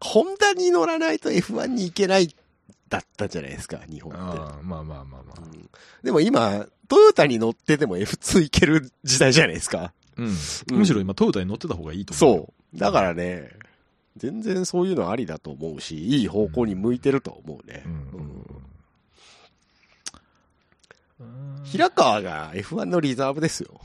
B: ホンダに乗らないと F1 に行けないだったじゃないですか、日本って。
C: ああ、まあまあまあまあ
B: う。んでも今、トヨタに乗ってても F2 行ける時代じゃないですか。
C: う
B: う
C: ん。
B: ん
C: むしろ今、トヨタに乗ってた方がいいと思う。
B: そう。だからね、全然そういうのありだと思うし、いい方向に向いてると思うね。
C: うんうんうん。
B: 平川が F1 のリザーブですよ。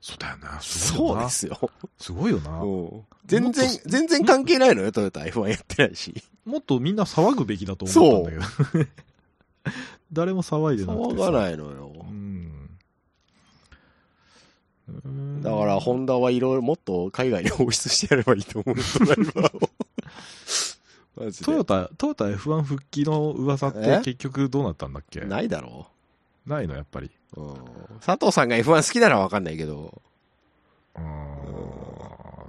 C: そうだよな。ごいよ
B: そう
C: な
B: で。すよ。
C: すごいよな。
B: うん全然、全然関係ないのよ、トヨタ F1 やってないし。
C: もっとみんな騒ぐべきだと思ったんだけど。 誰も騒いでなく
B: 騒
C: てさ。
B: がないのよ。
C: うん。うーん
B: だから、ホンダはいろいろもっと海外に放出してやればいいと思う、ドライバーを。マジで。
C: トヨタ、トヨタ F1 復帰の噂って
B: え
C: 結局どうなったんだっけ
B: ないだろ
C: ないの、やっぱり。
B: う、うん、佐藤さんが F1 好きならわかんないけど、
C: うーん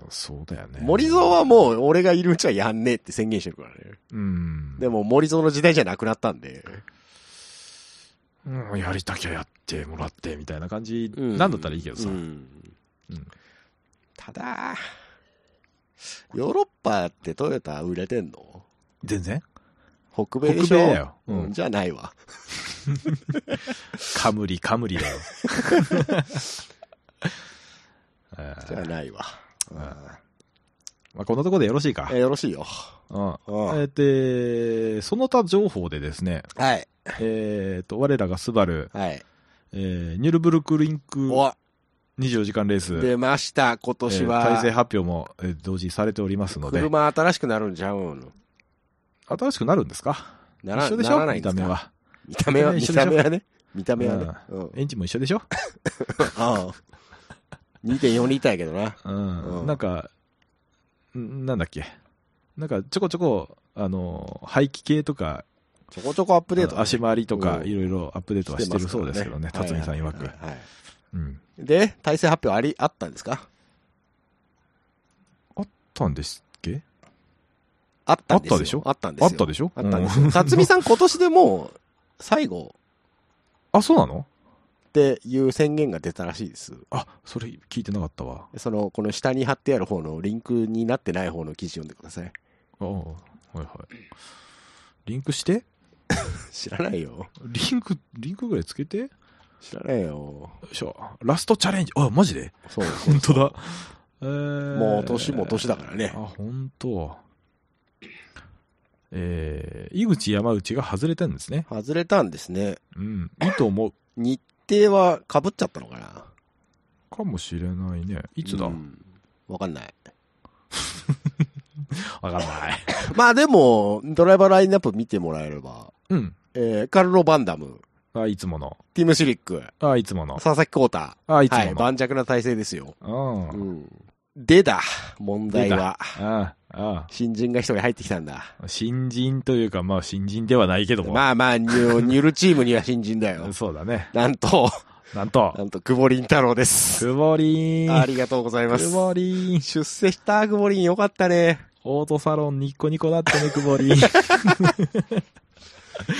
C: そうだよね。
B: 森蔵はもう俺がいるうちはやんねえって宣言してるからね。
C: うん。
B: でも森蔵の時代じゃなくなったんで。
C: うん、やりたきゃやってもらって、みたいな感じ、なんだったらいいけどさ。
B: うん
C: うん
B: ただ、ヨーロッパってトヨタ売れてんの
C: 全然
B: 北米で
C: 北米
B: しょ
C: だよ。う
B: うん
C: ん。
B: じゃないわ。
C: カムリ、カム リだよ。え
B: じ
C: ー
B: ゃないわ。
C: んまあ、こんなところでよろしいか
B: え。よろしいよ。
C: うん。
B: うん
C: えーで、その他情報でですね、
B: はい。
C: えっと、我らがスバル、
B: はい。
C: えーニュルブルクリンク
B: お、
C: 24時間レース、
B: 出ました、今年
C: えー
B: は。
C: 体制発表も、えー同時にされておりますので、
B: 車新しくなるんちゃうんの
C: 新しくなるんですか
B: なら
C: 一緒でしょ
B: ならないん
C: 見
B: で
C: た
B: す
C: 目
B: か
C: は。
B: 見た目は、見
C: 一緒
B: た
C: でしょ
B: 目はね。見た目はね。うん。
C: エンジンも一緒でしょ、
B: ああ。2.4リッターやけどな。
C: うん、
B: うん
C: なんか、んなんだっけ。なんか、ちょこちょこ、あのー、排気系とか、
B: ちょこちょこアップデー
C: あ
B: ト
C: の足回りとか
B: う、ん
C: いろいろアップデートはして
B: ま
C: る
B: すか
C: そ
B: ら
C: うですけどね、辰巳さん曰く
B: はい。はいはい
C: うん。
B: で、体制発表あり、あったんですか
C: あったんですっけ
B: あったんですよ
C: あったでしょ
B: あったんです
C: あ
B: よ。
C: ったでしょ
B: あったんです
C: う
B: よ。
C: ん
B: 辰巳さん今年でもう、最後
C: あ、そうなの
B: っていう宣言が出たらしいです。
C: あ、それ聞いてなかったわ。
B: その、この下に貼ってある方のリンクになってない方の記事読んでください。
C: ああ、はいはい。リンクして
B: 知らないよ。
C: リンク、リンクぐらいつけてよ
B: 知らないよ。
C: いしょ。ラストチャレンジ。あ、マジで
B: そうそう
C: 本当だ。えー
B: もう年も年だからね
C: あ、。本当。えー、井口山内が外れたんですね。
B: 外れたんですね。
C: うん。いいと思う。
B: 日程は被っちゃったのかな
C: かもしれないね。い
B: い
C: つだわ、
B: わかんない。
C: か んない。
B: まあでも、ドライバーラインナップ見てもらえれば、
C: うん。
B: えー、カルロ・バンダム、
C: あ、いつもの。
B: ティム・シリック、
C: あ、いつもの。
B: 佐々木浩太。
C: あ、いつ
B: はい、
C: もの。
B: 盤石な体制ですよ。
C: あ
B: う、ん。でだ、問題
C: で
B: は。
C: あ、あ、
B: 新人が一人入ってきたんだ。
C: 新人というか、まあ、新人ではないけども。。
B: まあまあ、ニュニュルチームには新人だよ
C: そうだね。
B: なんと、
C: なんと
B: な、んと、久保林太郎です。
C: くぼりー
B: あ
C: ん。
B: りがとうございます
C: く。ぼりーん。
B: 出世した、久保林。よかったね。
C: オートサロンニッコニコだったね、くぼりーん。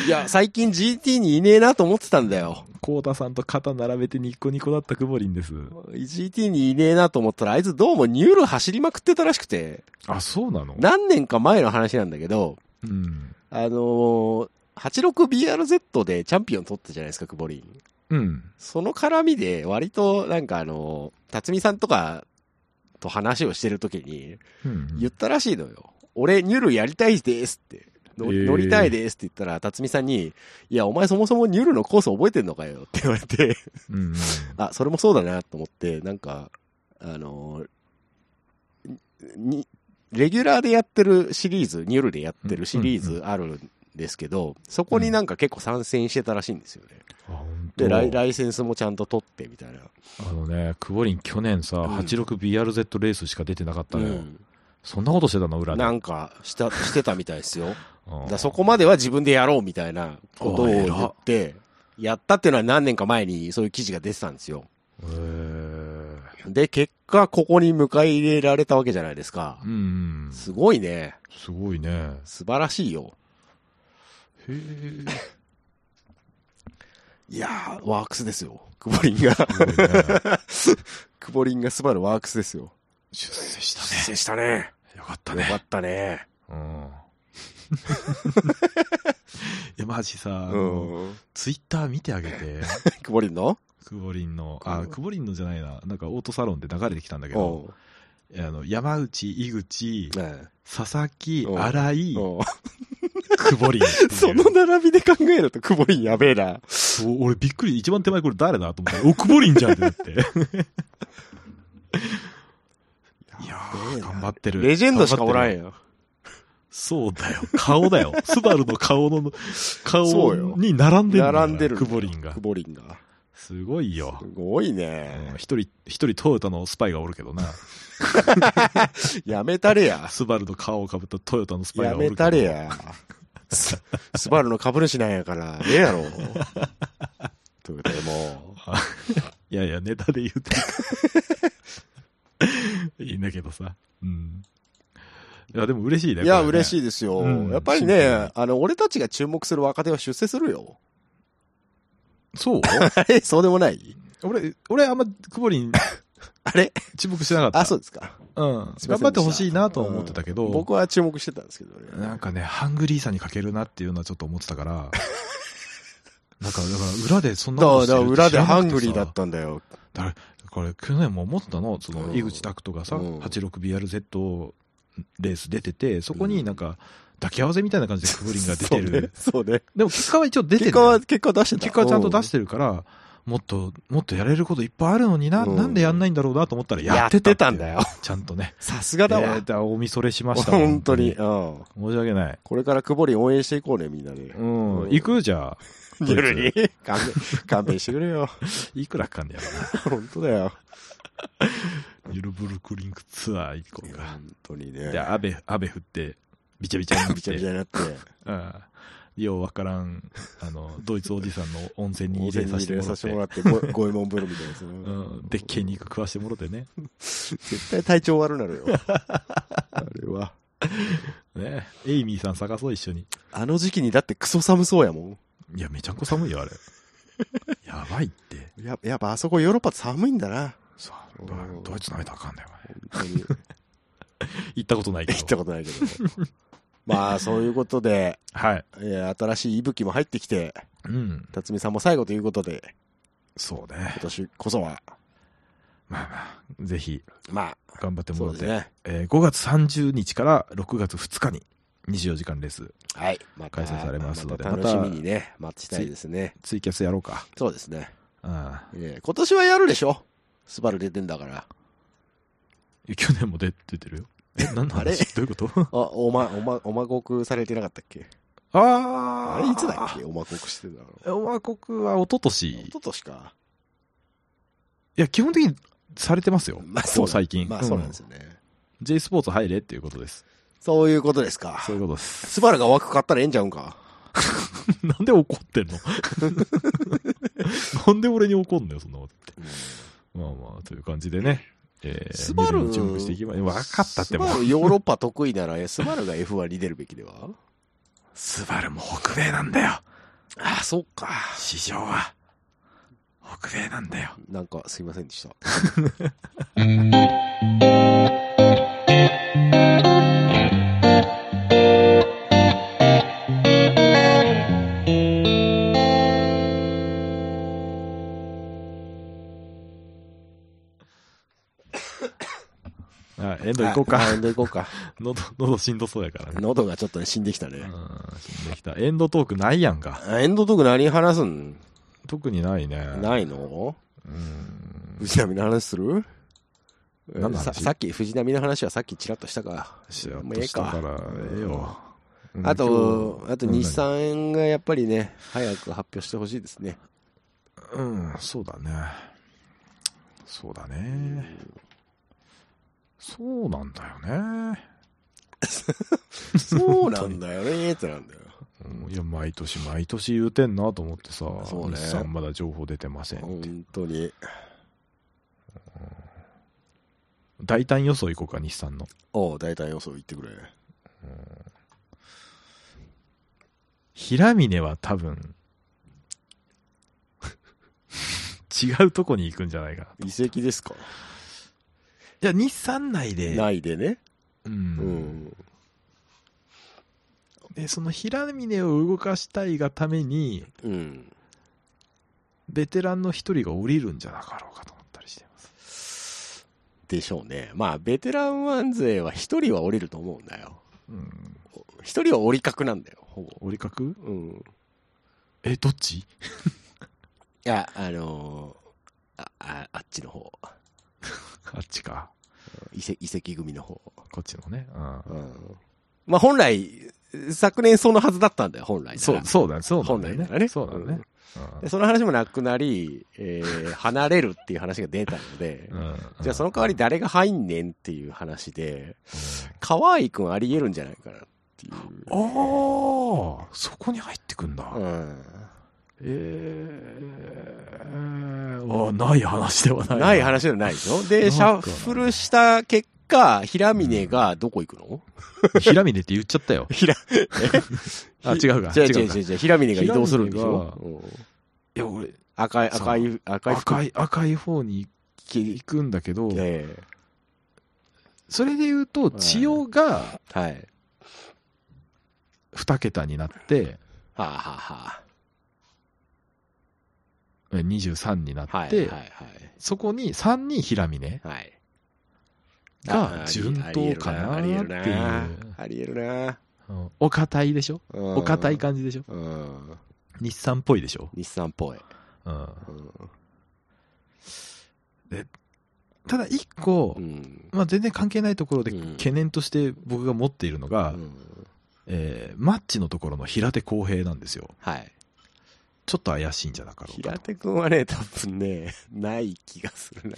B: いや、最近 GT にいねえなと思ってたんだよ。
C: コータさんと肩並べてニッコニコだったくぼりんです。
B: GT にいねえなと思ったら、あいつどうもニュール走りまくってたらしくて、
C: あ、そうなの
B: 何年か前の話なんだけど、
C: うん。
B: あのー 86BRZ でチャンピオン取ったじゃないですか、クボリン。
C: うん。
B: その絡みで、割となんかあのー辰巳さんとかと話をしてる時に、
C: うん
B: 言ったらしいのよ。俺、ニュルやりたいですって。の
C: えー
B: 乗りたいですって言ったら、辰巳さんに、いや、お前そもそもニュルのコース覚えてんのかよって言われて、
C: うん。
B: あ、それもそうだなと思って、なんか、あのーに、レギュラーでやってるシリーズ、ニュルでやってるシリーズあるですけど、そこになんか結構参戦してたらしいんですよね。
C: あ、本
B: で、ライ
C: 当。
B: ライセンスもちゃんと取ってみたいな。
C: あのね、クボリン去年さ、
B: ん
C: 86BRZ レースしか出てなかった
B: う
C: のよ。
B: ん、
C: そんなことしてたの裏で。
B: なんかした、してたみたいですよ。
C: うん
B: だからそこまでは自分でやろうみたいなことを言って、やったっていうのは何年か前にそういう記事が出てたんですよ。
C: へー
B: で、結果、ここに迎え入れられたわけじゃないですか
C: う。ん。
B: すごいね。
C: すごいね。へ
B: 素晴らしいよ。
C: え。
B: いやー、ワークスですよ。クボリンが、
C: すごいね。
B: クボリンが素晴るワークスですよ。
C: 出世した
B: 出世したね。
C: ね。よかった
B: よ
C: ね。
B: かったね。
C: うん。いや、マジさ、あ
B: う
C: の
B: ん。
C: ツイッター見てあげて、
B: クボリンの
C: クボリンの、あ
B: う、ん
C: クボリンのじゃないな、なんかオートサロンで流れてきたんだけど、
B: おう
C: あの山内、井口、
B: ね
C: 佐々木、
B: うん
C: 荒井、
B: おう
C: クボリンっていう。
B: その並びで考えるとクボリンやべえな。
C: そう俺びっくり、一番手前これ誰だと 思ったら、お、クボリンじゃんってなって。いやー、頑張ってる。
B: レジェンドしかおら
C: 頑張っ
B: ん
C: てる。
B: よ。
C: そうだよ。顔だよ。スバルの顔の、顔
B: そうよ
C: に並んでるだよ
B: 並んでるんだ
C: クボリンが
B: ク。ボリンが。
C: すごいよ
B: す。ごい
C: うん
B: ね。
C: 一人、一人トヨタのスパイがおるけどな。
B: やめたれや。
C: スバルの顔をかぶったトヨタのスパイ
B: や
C: がおるけ
B: め
C: ど。
B: たれ。や。ススバルの株主なんやから、ええやろ。ということでも
C: いやいや、ネタで言うて。 いいんだけどさ。うん。いや、でも嬉しいね。
B: う、いや、嬉し
C: い。
B: いですよ。
C: うん
B: やっぱり
C: シンプルに
B: ね、あの、俺たちが注目する若手は出世するよ。
C: そう
B: あれそうでもない
C: 俺、俺あんまクボリン
B: あれ
C: 注目してなかった。
B: あ、そうですか。
C: うん。
B: すいませんで
C: 頑
B: し
C: 張ってほしいなとは思ってたけど、
B: うん僕は注目してたんですけどね。
C: なんかね、ハングリーさに欠けるなっていうのはちょっと思っ てたから、なんか、だから裏でそんな
B: だ
C: こ
B: か
C: として
B: ら
C: る
B: 裏でハング
C: 知
B: リーだ
C: らなくてさ
B: ったんだよ。
C: だから、これ、去年も思ったの、その、
B: うん
C: 井口拓人がさ、
B: うん
C: 86BRZ レース出てて、そこになんか、抱き合わせみたいな感じでクブリンが出てる。
B: そうね。そうね。
C: でも結果は一応出てる
B: 結
C: の
B: 果
C: よ。
B: は、結果は出してた。
C: 結果はちゃんと出しててるから、もっと、もっとやれることいっぱいあるのにな、
B: うん
C: なんでやんないんだろうなと思ったらや
B: や
C: っ
B: って
C: た
B: てたんだ
C: よ。
B: よ。
C: ちゃんとね。
B: さすがだ
C: え
B: わ
C: ー。だおみそれしました。
B: 本当に。うん。
C: 申し訳ない。
B: これからくぼり応援していこうね、みんなで。
C: うん。
B: うん
C: 行くじゃあ。ドイ ツ
B: 夜に。勘弁、勘弁してくれよ。
C: いくらかかんねやろな。
B: 本当だよ。
C: ユルブルクリンクツアー行こうか。
B: 本当に
C: で、
B: ね。
C: 雨、雨降って、びちゃびちゃになって。
B: びちゃびちゃになって。
C: うん。ようわからん、あ の、ドイツおじさんの温泉に
B: に
C: 入れさせて
B: 入
C: も
B: れ
C: ら
B: さ
C: っ
B: せ
C: て。
B: てもらって、ご 五右衛門風呂みたいですね。
C: うん。でっけえ肉食わしてもろてね。
B: 絶対体調悪なるよ。あれは。
C: ねエイミーさん探そう、一緒に。
B: あの時期にだってクソ寒そうやも
C: いや、めちゃんこ寒いよ、あれ。 やばいって。
B: ん。ややっぱあそこヨーロッパ寒いんだな。
C: さ
B: うん
C: ドドイツの間あかんねお前
B: 本当に。
C: 行ったことないけど。
B: 行ったことないけど。 まあ、そういうことで、
C: はい。
B: えー新しい息吹も入ってきて、
C: うん。
B: 辰巳さんも最後ということで、
C: そうね
B: 今。年こそは、
C: まあまあ、ぜひ、
B: まあ、
C: 頑張っても
B: そ
C: ら
B: う
C: っ
B: で
C: て
B: す。ね。
C: えー5月30日から6月2日に24時間レース、
B: はい。また
C: 開催されますので
B: また楽しみにね、待ちたいですね。
C: ツイキャスやろうか。
B: そうですね。
C: うん。
B: ええ今年はやるでしょスバル出てんだから。
C: 去年も出てるよ。え、何の
B: あれ
C: 話どういうこと
B: あ、おま、おま、おまごくされてなかったっけ
C: あ
B: あれいつだっけおまごくしてたの。
C: けオマ国は一昨年。
B: 一
C: い
B: 昨年か。
C: や、基本的にされてますよ。
B: まあ
C: ここ
B: そうなん
C: 最近。
B: まあそうなんですよね。
C: うん J スポーツ入れっていうことです。
B: そういうことですか。
C: そういうことです。
B: スバルが枠買ったらええんちゃうんか。
C: なんで怒ってんの なんで俺に怒んのよ、そんなこと言って。まあまあ、という感じでね。えー、
B: スバル
C: 見るのに注目していきま分かったってもう
B: スバ。ルヨーロッパ得意なら、えスバルが F1 に出るべきでは
C: スバルも北米なんだよ。
B: ああ、そうか。
C: 市場は。北米なんだよ。
B: なんかすいませんでした。
C: あ、エンド行こうか。
B: はいエンド行こうか。
C: 喉、喉しんどそうやからね。
B: 喉がちょっとね死んできた
C: う
B: ね。
C: ん、死んできた。エンドトークないやんか。
B: エンドトーク何話すん
C: 特にないね。
B: ないの
C: うん。
B: 藤波の話するえ
C: 何の話
B: ささっき、藤波の話はさっきちらっとしたか。
C: しよ
B: もう
C: う
B: え
C: と
B: え
C: した
B: か
C: から、ええよ。うん
B: あと、あと
C: うん
B: 日産がやっぱりね、早く発表してほしいですね。
C: うん、そうだね。そうだね。そうなんだよね。
B: そうなんだよね、ってなんだよ。
C: うんいや、毎年毎年言うてんなと思ってさ、
B: そうね
C: 日産まだ情報出てません。
B: 本当に。
C: 大胆予想いこうか、日産の。
B: おう、大体予想言ってくれ。
C: 平峰は多 分、違うとこに行くんじゃないかな。
B: 遺跡ですか
C: いや、日産内で、
B: ないでね。
C: う。
B: うんん。
C: で、その平峰を動かしたいがために、
B: うん。
C: ベテランの一人が降りるんじゃなかろうかと思ったりしてます。
B: でしょうね。まあ、ベテランワン勢は一人は降りると思うんだよ。
C: うん。
B: 一人は降り格なんだよ、ほぼ。
C: 降り角
B: うん。い
C: え、どっち
B: や、あのーあ、あ、あっちの方。
C: あっちか。
B: 遺跡、遺跡組の方。
C: こっちのね。う。
B: うん。まあ、本来、昨年そのはずだったんだよ、本来なんら。
C: そう、そうだね。そうなん
B: 本
C: だ
B: 来
C: よ
B: な
C: ね。
B: らね。
C: そうだね。
B: うんでその話もなくなり、えー離れるっていう話が出たので、
C: うん。
B: じゃあその代わり誰が入んねんっていう話で、河合くんあり得るんじゃないかなっていう。
C: ああ、そこに入ってくんだ。
B: うん。
C: えー、あない話ではない。
B: ない。話じゃないでしょで、シ
C: な
B: ャ
C: ん
B: ッ
C: か
B: フルした結果、平峰がどこ行くの
C: 平峰って言っち ゃったよ。
B: 平、
C: あ、違うか。
B: じゃあ違
C: 違
B: う
C: うか
B: 違う違う、平峰が移動するんでしょ
C: 平
B: うん
C: いや、俺、
B: 赤い、赤い、赤い
C: 赤い、赤い方に
B: 服着
C: 行くんだけど、
B: て、
C: それで言うと、千代が
B: はい。
C: 2桁になって、
B: はあ、はあは
C: え23になって、
B: あ、はいはいはい。
C: そこに3人平峰
B: はい。
C: が順当かなっていう。
B: ありえるな。
C: うんお堅いでしょ
B: お
C: お堅い。感じでしょ
B: うん。
C: 日産っぽいでしょ、
B: 日産っぽい。
C: うん、
B: うん
C: ただ一個、
B: うん。
C: まあ、全然関係ないところで
B: うん
C: 懸念として僕が持っているの
B: う
C: が、
B: ん
C: えーマッチのところの平手公平なんですよ
B: はい。
C: ちょっと怪しいんじゃなかろうか
B: 平
C: と
B: 手くんはね、多分ね、 ない気がするな。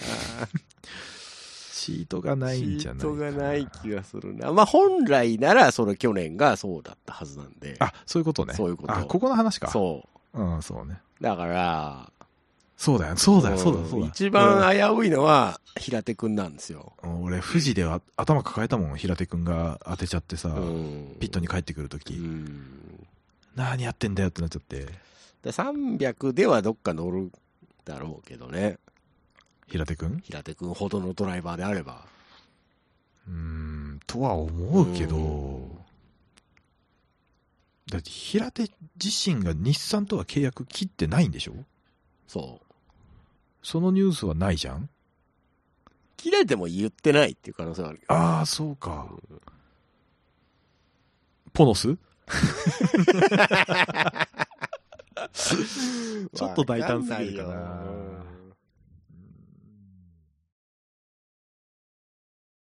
C: シートが ないんじゃない
B: シ
C: か
B: ートがない気がするな。まあ本来なら、その去年がそうだったはずなんで。
C: あそういうことね
B: そういうこと
C: あここの話か、
B: そう
C: ん、そうね
B: う。だから、
C: そうだよそうだよそうだよ
B: ん
C: そうだよ
B: 一番危ういのは、平手くんなんですよ。
C: 俺俺富士では頭抱えたもん平手くんが当てちゃってさ、
B: うん
C: ピットに帰ってくると
B: う
C: き、
B: ん。
C: 何やってんだよってなっちゃって
B: で300ではどっか乗るだろうけどね。
C: 平手くん
B: 平手くんほどのドライバーであれば。
C: うーんとは思うけど、
B: うん
C: だって平手自身が日産とは契約切ってないんでしょ
B: そう。
C: そのニュースはないじゃん
B: 切れても言ってないっていう可能性はあるけど。
C: ああそうかポノ スちょっと大胆すぎるかな
B: わん